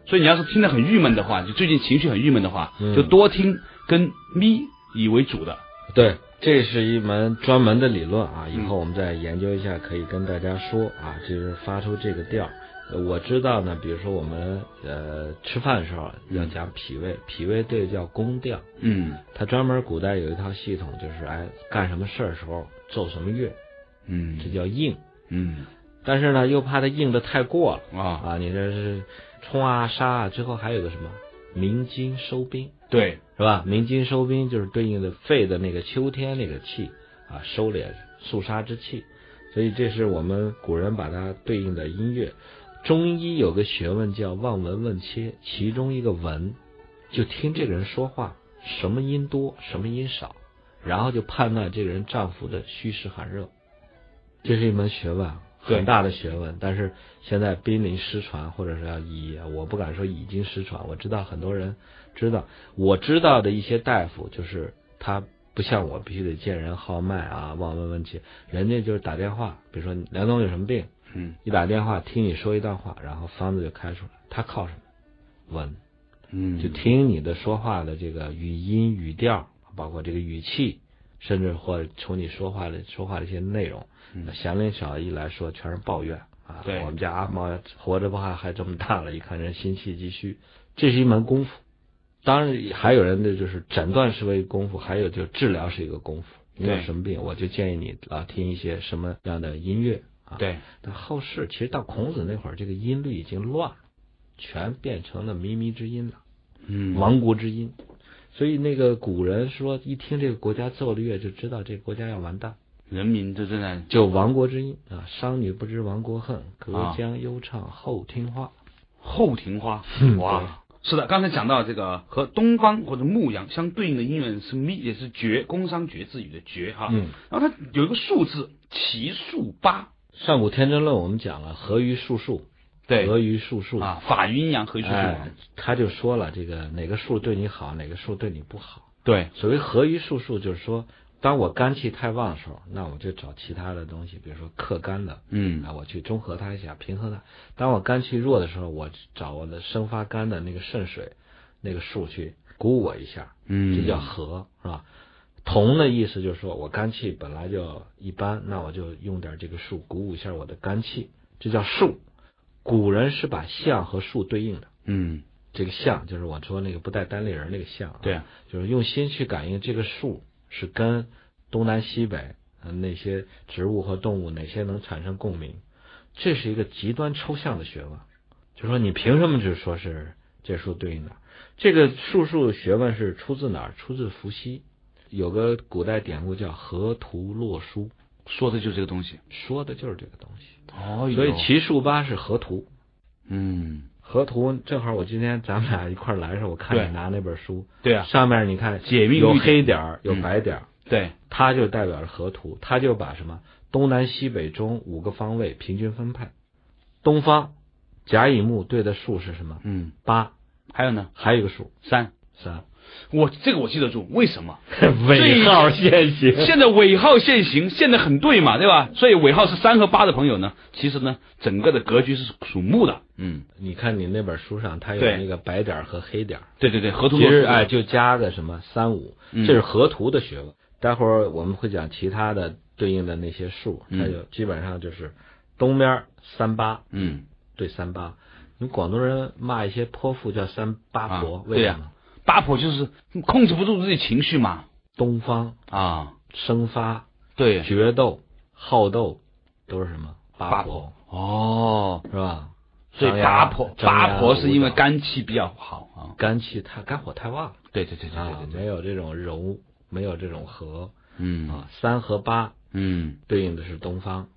[SPEAKER 1] 所以你要是听得很郁闷的话，就最近情绪很郁闷的话，
[SPEAKER 2] 嗯
[SPEAKER 1] 就多听跟咪以为主的。
[SPEAKER 2] 对，这是一门专门的理论啊，以
[SPEAKER 1] 嗯
[SPEAKER 2] 后我们再研究一下，可以跟大家说啊，就是发出这个调儿。呃我知道呢，比如说我们呃吃饭的时候要讲脾胃，脾胃对叫宫调，
[SPEAKER 1] 嗯
[SPEAKER 2] 它专门古代有一套系统，就是哎干什么事儿的时候奏什么乐，
[SPEAKER 1] 嗯
[SPEAKER 2] 这叫应。
[SPEAKER 1] 嗯
[SPEAKER 2] 但是呢，又怕它应的太过了
[SPEAKER 1] 啊，
[SPEAKER 2] 啊，你这是冲啊杀啊，最后还有个什么鸣金收兵。
[SPEAKER 1] 对，
[SPEAKER 2] 是吧？鸣金收兵就是对应的肺的那个秋天那个气啊，收敛肃杀之气，所以这是我们古人把它对应的音乐。中医有个学问叫望闻问切，其中一个闻，就听这个人说话，什么音多，什么音少，然后就判断这个人脏腑的虚实寒热。这是一门学问，啊
[SPEAKER 1] 对
[SPEAKER 2] 很大的学问，但是现在濒临失传，或者是要已，我不敢说已经失传，我知道很多人知道，我知道的一些大夫就是他不像我必须得见人号脉啊，望闻问切，人家就是打电话，比如说梁总有什么病，
[SPEAKER 1] 嗯
[SPEAKER 2] 一打电话听你说一段话，然后方子就开出来，他靠什么？闻，
[SPEAKER 1] 嗯
[SPEAKER 2] 就听你的说话的这个语音、语调，包括这个语气，甚至或者从你说话的说话的一些内容。那祥林嫂一来说全是抱怨啊，
[SPEAKER 1] 嗯对
[SPEAKER 2] 我们家阿猫活着不还还这么大了，一看人心气积虚，这是一门功夫。当然还有人的就是诊断是为功夫，还有就治疗是一个功夫。你有
[SPEAKER 1] 对
[SPEAKER 2] 什么病，我就建议你啊听一些什么样的音乐啊。
[SPEAKER 1] 对，
[SPEAKER 2] 但后世其实到孔子那会儿，这个音律已经乱了，全变成了靡靡之音了。
[SPEAKER 1] 嗯
[SPEAKER 2] 亡国之音。所以那个古人说，一听这个国家奏乐，就知道这个国家要完蛋，
[SPEAKER 1] 人民这正在
[SPEAKER 2] 就亡国之音啊！商女不知亡国恨，
[SPEAKER 1] 啊
[SPEAKER 2] 隔江犹唱后庭花。
[SPEAKER 1] 后庭花，
[SPEAKER 2] 嗯
[SPEAKER 1] 哇。是的，刚才讲到这个和东方或者牧羊相对应的音乐是咪，也是绝，工商角徵羽的绝哈。
[SPEAKER 2] 嗯，
[SPEAKER 1] 然后它有一个数字，奇数八，
[SPEAKER 2] 上古天真论我们讲了，合于数数，
[SPEAKER 1] 对啊
[SPEAKER 2] 合于数数。
[SPEAKER 1] 啊，法于阴阳，合于数数。
[SPEAKER 2] 哎，他就说了，这个哪个数对你好，哪个数对你不好。
[SPEAKER 1] 对，
[SPEAKER 2] 所谓合于术数，就是说，当我肝气太旺的时候，那我就找其他的东西，比如说克肝的，
[SPEAKER 1] 嗯
[SPEAKER 2] 啊，我去中和它一下，平衡它。当我肝气弱的时候，我找我的生发肝的那个肾水，那个术去鼓舞我一下，
[SPEAKER 1] 嗯，
[SPEAKER 2] 这叫和，是吧？同的意思就是说我肝气本来就一般，那我就用点这个术鼓舞一下我的肝气，这叫术。古人是把象和术对应的，
[SPEAKER 1] 嗯，
[SPEAKER 2] 这个象就是我说那个不带单立人那个象、啊，
[SPEAKER 1] 对啊，
[SPEAKER 2] 就是用心去感应这个树是跟东南西北呃那些植物和动物哪些能产生共鸣，这是一个极端抽象的学问。就说你凭什么只说是这树对应的？这个术数学问是出自哪儿？出自伏羲。有个古代典故叫“河图洛书
[SPEAKER 1] 说的就是这个东西。”，
[SPEAKER 2] 说的就是这个东西。
[SPEAKER 1] 哦
[SPEAKER 2] 所以奇数八是河图，
[SPEAKER 1] 嗯，
[SPEAKER 2] 河图正好我今天咱们俩一块儿来的时候，我看
[SPEAKER 1] 对
[SPEAKER 2] 你拿那本书，
[SPEAKER 1] 对啊，
[SPEAKER 2] 上面你看
[SPEAKER 1] 解密
[SPEAKER 2] 有
[SPEAKER 1] 律
[SPEAKER 2] 黑点儿，有
[SPEAKER 1] 嗯
[SPEAKER 2] 白点儿，
[SPEAKER 1] 对，
[SPEAKER 2] 它就代表着河图，它就把什么东南西北中五个方位平均分配。东方甲乙木对的数是什么？
[SPEAKER 1] 嗯，
[SPEAKER 2] 八，
[SPEAKER 1] 还有呢，
[SPEAKER 2] 还有一个数
[SPEAKER 1] 三， *laughs*
[SPEAKER 2] 三。
[SPEAKER 1] 我这个我记得住，为 *laughs* 什么？
[SPEAKER 2] 尾号现行，
[SPEAKER 1] 现在尾号现行，现在很对嘛，对吧？所以尾号是三和八的朋友呢，其实呢，整个的格局是属木的。嗯，
[SPEAKER 2] 你看你那本书上它有
[SPEAKER 1] 对
[SPEAKER 2] 那个白点儿和黑点儿，
[SPEAKER 1] 对对对，河图
[SPEAKER 2] 其
[SPEAKER 1] 洛
[SPEAKER 2] 实
[SPEAKER 1] 书
[SPEAKER 2] 哎，就加个什么三五，
[SPEAKER 1] 嗯
[SPEAKER 2] 这是河图的学问。待会儿我们会讲其他的对应的那些数，它
[SPEAKER 1] 嗯
[SPEAKER 2] 就基本上就是东边三八，
[SPEAKER 1] 嗯，
[SPEAKER 2] 对三八。你们广东人骂一些泼妇叫三八婆，
[SPEAKER 1] 啊
[SPEAKER 2] 为什么？
[SPEAKER 1] 八婆就是控制不住自己情绪嘛。
[SPEAKER 2] 东方
[SPEAKER 1] 啊，
[SPEAKER 2] 生发、
[SPEAKER 1] 对，
[SPEAKER 2] 决斗、好斗都是什么
[SPEAKER 1] 八
[SPEAKER 2] 婆
[SPEAKER 1] 婆哦，
[SPEAKER 2] 是吧？
[SPEAKER 1] 所以
[SPEAKER 2] 张
[SPEAKER 1] 八
[SPEAKER 2] 牙
[SPEAKER 1] 婆
[SPEAKER 2] 张牙
[SPEAKER 1] 八婆是因为
[SPEAKER 2] 舞爪
[SPEAKER 1] 肝气比较好啊。
[SPEAKER 2] 肝气太肝火太旺
[SPEAKER 1] 对对对对对
[SPEAKER 2] 啊
[SPEAKER 1] 对，对，
[SPEAKER 2] 没有这种柔，没有这种和
[SPEAKER 1] 嗯
[SPEAKER 2] 啊。三和八
[SPEAKER 1] 嗯，
[SPEAKER 2] 对应的是东方，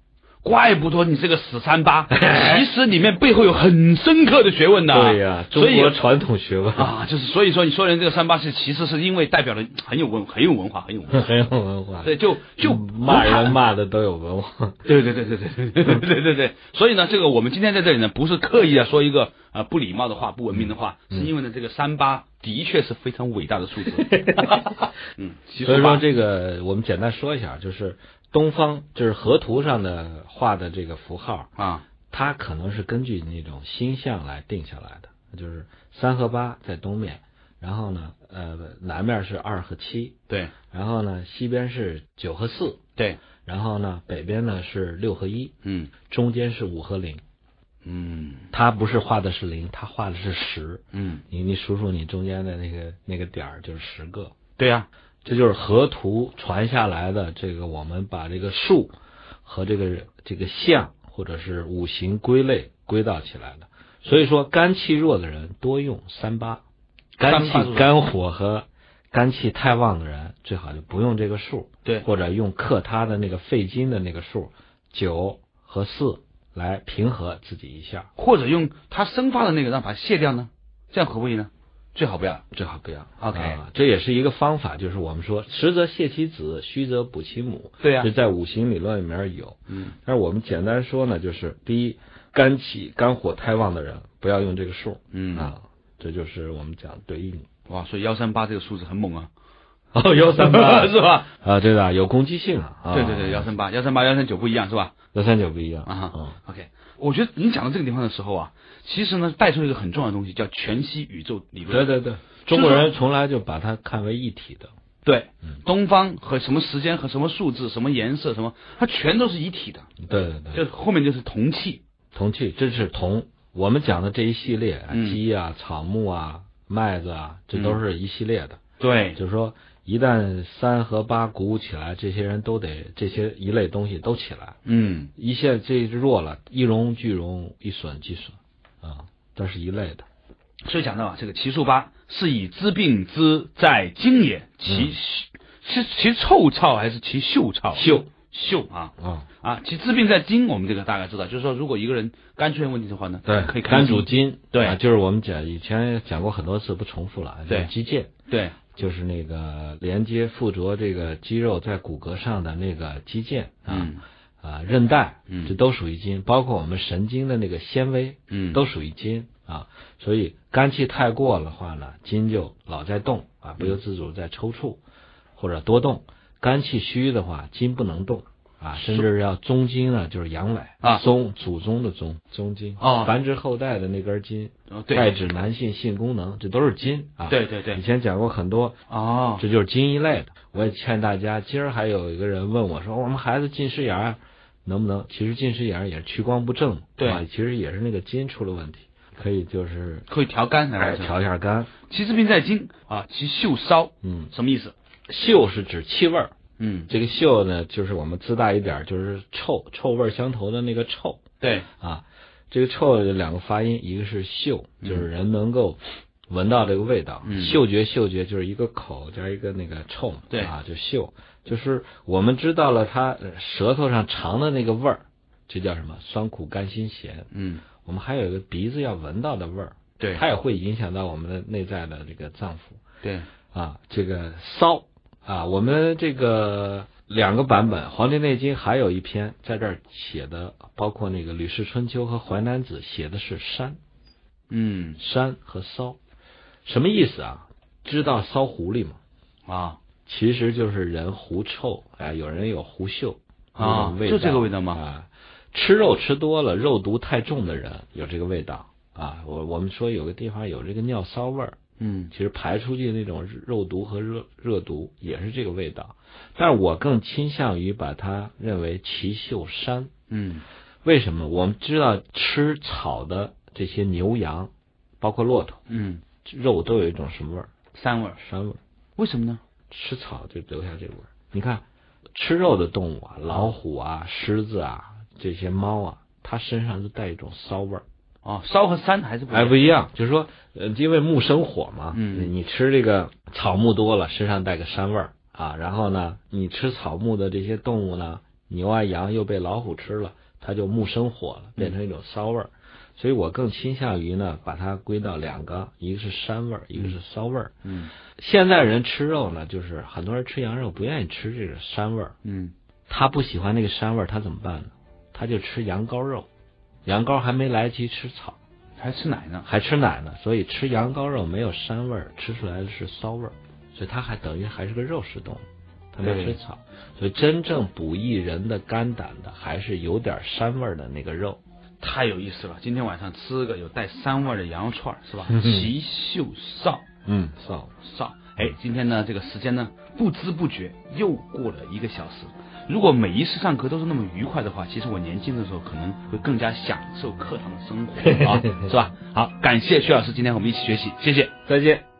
[SPEAKER 1] 怪不得你这个死三
[SPEAKER 2] *laughs*
[SPEAKER 1] 八，其实里面背后有很深刻的学问的。
[SPEAKER 2] 对呀，中
[SPEAKER 1] 所以
[SPEAKER 2] 国传统学问
[SPEAKER 1] 啊，就是所以说你说人这个三八是其实是因为代表了很有文很有文化
[SPEAKER 2] *laughs*
[SPEAKER 1] 很有文化，
[SPEAKER 2] *laughs* 很有文化，嗯
[SPEAKER 1] 对，就就
[SPEAKER 2] 骂人骂的都有文化。
[SPEAKER 1] 对对对对对对对对对对，所以呢，这个我们今天在这里呢，不是刻意啊说一个呃不礼貌的话、不文明的话，
[SPEAKER 2] 嗯
[SPEAKER 1] 是因为呢这个三八的确是非常伟大的
[SPEAKER 2] *laughs*
[SPEAKER 1] 数字，嗯， *laughs* 其
[SPEAKER 2] 所以
[SPEAKER 1] 实
[SPEAKER 2] 说
[SPEAKER 1] 吧，
[SPEAKER 2] 这个我们简单说一下，就是东方就是河图上的画的这个符号，
[SPEAKER 1] 啊，
[SPEAKER 2] 它可能是根据那种星象来定下来的，就是三和八在东面，然后呢，呃，南面是二和七，
[SPEAKER 1] 对
[SPEAKER 2] 然后呢，西边是九和四，
[SPEAKER 1] 对，
[SPEAKER 2] 然后呢，北边呢是六和一，
[SPEAKER 1] 嗯
[SPEAKER 2] 中间是五和零。
[SPEAKER 1] 嗯
[SPEAKER 2] 它不是画的是零，它画的是十。
[SPEAKER 1] 嗯，
[SPEAKER 2] 你你数数你中间的那个那个点儿就是十个，
[SPEAKER 1] 对啊呀、
[SPEAKER 2] 这就是河图传下来的这个，我们把这个数和这个这个象或者是五行归类归到起来的。所以说，肝气弱的人多用三八，肝
[SPEAKER 1] 三八
[SPEAKER 2] 气
[SPEAKER 1] 是
[SPEAKER 2] 肝火和肝气太旺的人最好就不用这个数，
[SPEAKER 1] 对
[SPEAKER 2] 或者用克他的那个肺金的那个数九和四来平和自己一下，
[SPEAKER 1] 或者用它生发的那个让它卸掉呢，这样可不可以呢？最好不要。
[SPEAKER 2] 最好不要。
[SPEAKER 1] OK
[SPEAKER 2] 啊这也是一个方法，就是我们说实则泻其子，虚则补其母，
[SPEAKER 1] 对啊呀、
[SPEAKER 2] 这在五行理论里面有。
[SPEAKER 1] 嗯
[SPEAKER 2] 但是我们简单说呢，就是第一，肝气肝火太旺的人不要用这个数、
[SPEAKER 1] 嗯
[SPEAKER 2] 啊，这就是我们讲
[SPEAKER 1] *laughs*
[SPEAKER 2] 对应。
[SPEAKER 1] 哇，所以幺三八这个数字很猛啊，
[SPEAKER 2] *laughs* 哦，幺三
[SPEAKER 1] *laughs*
[SPEAKER 2] 八
[SPEAKER 1] 是吧？
[SPEAKER 2] *laughs* 啊，对的，有攻击性啊。啊
[SPEAKER 1] 对对对，幺三八、幺三八、幺三九不一样是吧？
[SPEAKER 2] 幺三九不一样
[SPEAKER 1] 啊
[SPEAKER 2] 嗯
[SPEAKER 1] OK，我觉得你讲到这个地方的时候啊，其实呢带出一个很重要的东西，叫全息宇宙理
[SPEAKER 2] 对
[SPEAKER 1] 论。
[SPEAKER 2] 对对，中国人从来就把它看为一体的。嗯
[SPEAKER 1] 对，东方和什么时间和什么数字、什么颜色、什么，它全都是一体的，
[SPEAKER 2] 对对对，
[SPEAKER 1] 就后面就是同气。
[SPEAKER 2] 铜器这是铜，我们讲的这一系列，啊
[SPEAKER 1] 嗯
[SPEAKER 2] 鸡啊、草木啊、麦子啊，这都是一系列的。
[SPEAKER 1] 对，
[SPEAKER 2] 就是说，一旦三和八鼓舞起来，这些人都得这些一类东西都起来。
[SPEAKER 1] 嗯，
[SPEAKER 2] 一下这弱了，一荣俱荣，一损俱损，啊，这是一类的。
[SPEAKER 1] 所以讲到啊，这个奇数八是以知病之在经也，其、
[SPEAKER 2] 嗯
[SPEAKER 1] 是其臭臭还是其嗅臭？
[SPEAKER 2] 秀
[SPEAKER 1] 嗅啊，
[SPEAKER 2] 啊，
[SPEAKER 1] 啊，其治病在筋，我们这个大概知道，就是说，如果一个人肝出现问题的话呢，可以看
[SPEAKER 2] 肝主筋，
[SPEAKER 1] 对
[SPEAKER 2] 啊就是我们讲以前讲过很多次，不重复了啊。
[SPEAKER 1] 对
[SPEAKER 2] 肌腱
[SPEAKER 1] 对，
[SPEAKER 2] 就是那个连接附着这个肌肉在骨骼上的那个肌腱啊，
[SPEAKER 1] 嗯，
[SPEAKER 2] 啊、韧带，
[SPEAKER 1] 嗯
[SPEAKER 2] 这都属于筋，包括我们神经的那个纤维，
[SPEAKER 1] 嗯，
[SPEAKER 2] 都属于筋啊。所以肝气太过的话呢，筋就老在动
[SPEAKER 1] 嗯
[SPEAKER 2] 啊，不由自主在抽搐或者多动；肝气虚的话，筋不能动啊，甚至要中筋呢，就是阳痿
[SPEAKER 1] 啊
[SPEAKER 2] 宗祖宗的宗宗筋
[SPEAKER 1] 哦
[SPEAKER 2] 繁殖后代的那根筋，
[SPEAKER 1] 哦对
[SPEAKER 2] 代指男性性功能，这都是筋啊。
[SPEAKER 1] 对对
[SPEAKER 2] 以
[SPEAKER 1] 对，
[SPEAKER 2] 前讲过很多
[SPEAKER 1] 哦，
[SPEAKER 2] 这就是筋一类的。我也劝大家，今儿还有一个人问我说，哦我们孩子近视眼儿能不能？其实近视眼儿也是屈光不正，
[SPEAKER 1] 对
[SPEAKER 2] 啊，其实也是那个筋出了问题，可以就是
[SPEAKER 1] 可以调肝来
[SPEAKER 2] 哎
[SPEAKER 1] 完
[SPEAKER 2] 调
[SPEAKER 1] 成。
[SPEAKER 2] 一下肝。
[SPEAKER 1] 其实病在筋啊，其嗅骚
[SPEAKER 2] 嗯，
[SPEAKER 1] 什么意思？
[SPEAKER 2] 嗅是指气味儿，
[SPEAKER 1] 嗯，
[SPEAKER 2] 这个嗅呢，就是我们自大一点儿，就是臭，臭味儿相投的那个臭
[SPEAKER 1] 对，
[SPEAKER 2] 啊。这个臭有两个发音，一个是嗅，就是人能够闻到这个味道，
[SPEAKER 1] 嗯
[SPEAKER 2] 嗅觉嗅觉就是一个口加一个那个臭嘛，
[SPEAKER 1] 对
[SPEAKER 2] 啊，就嗅，就是我们知道了它呃舌头上尝的那个味儿，这叫什么？酸苦甘辛咸。
[SPEAKER 1] 嗯，
[SPEAKER 2] 我们还有一个鼻子要闻到的味儿，
[SPEAKER 1] 对，
[SPEAKER 2] 它也会影响到我们的内在的这个脏腑
[SPEAKER 1] 对，
[SPEAKER 2] 啊，这个骚啊，我们这个。两个版本，《黄帝内经》还有一篇在这儿写的，包括那个《吕氏春秋》和《淮南子》写的是山，
[SPEAKER 1] 嗯
[SPEAKER 2] 山和骚，什么意思啊？知道骚狐狸吗？
[SPEAKER 1] 啊
[SPEAKER 2] 其实就是人狐臭，哎，有人有狐臭那
[SPEAKER 1] 啊
[SPEAKER 2] 种，味道
[SPEAKER 1] 就这个味道吗？
[SPEAKER 2] 啊，吃肉吃多了，肉毒太重的人有这个味道啊。我我们说有个地方有这个尿骚味儿，
[SPEAKER 1] 嗯
[SPEAKER 2] 其实排出去那种肉毒和热热毒也是这个味道，但是我更倾向于把它认为奇秀山。
[SPEAKER 1] 嗯
[SPEAKER 2] 为什么？我们知道吃草的这些牛羊，包括骆驼。
[SPEAKER 1] 嗯，
[SPEAKER 2] 肉都有一种什么味儿？
[SPEAKER 1] 膻味儿，
[SPEAKER 2] 膻味儿。
[SPEAKER 1] 为什么呢？
[SPEAKER 2] 吃草就留下这味儿。你看，吃肉的动物啊，老虎啊、狮子啊，这些猫啊，它身上都带一种骚味儿。
[SPEAKER 1] 哦，骚和膻还是不一
[SPEAKER 2] 哎，
[SPEAKER 1] 样
[SPEAKER 2] 不一样，就是说，呃，因为木生火嘛，
[SPEAKER 1] 嗯
[SPEAKER 2] 你你吃这个草木多了，身上带个膻味儿啊。然后呢，你吃草木的这些动物呢，牛啊羊又被老虎吃了，它就木生火了，变成一种骚味儿。所以我更倾向于呢，把它归到两个，一个是膻味儿，一个是骚味儿。
[SPEAKER 1] 嗯
[SPEAKER 2] 现在人吃肉呢，就是很多人吃羊肉不愿意吃这个膻味儿，
[SPEAKER 1] 嗯
[SPEAKER 2] 他不喜欢那个膻味儿，他怎么办呢？他就吃羊羔肉，羊羔还没来得及吃草，
[SPEAKER 1] 还吃奶呢？
[SPEAKER 2] 还吃奶呢，所以吃羊羔肉没有膻味儿，吃出来的是骚味儿，所以它还等于还是个肉食动物，它没
[SPEAKER 1] 对
[SPEAKER 2] 吃草，所以真正补益人的肝胆的还是有点膻味儿的那个肉。
[SPEAKER 1] 太有意思了！今天晚上吃个有带膻味儿的羊肉串儿是吧？
[SPEAKER 2] 嗯
[SPEAKER 1] 奇秀臊
[SPEAKER 2] 嗯，臊。
[SPEAKER 1] 臊。哎，今天呢，这个时间呢，不知不觉又过了一个小时。如果每一次上课都是那么愉快的话，其实我年轻的时候可能会更加享
[SPEAKER 2] *laughs*
[SPEAKER 1] 受课堂的生活啊，是吧？好，感谢薛老师今天和我们一起学习，谢谢。
[SPEAKER 2] 再见。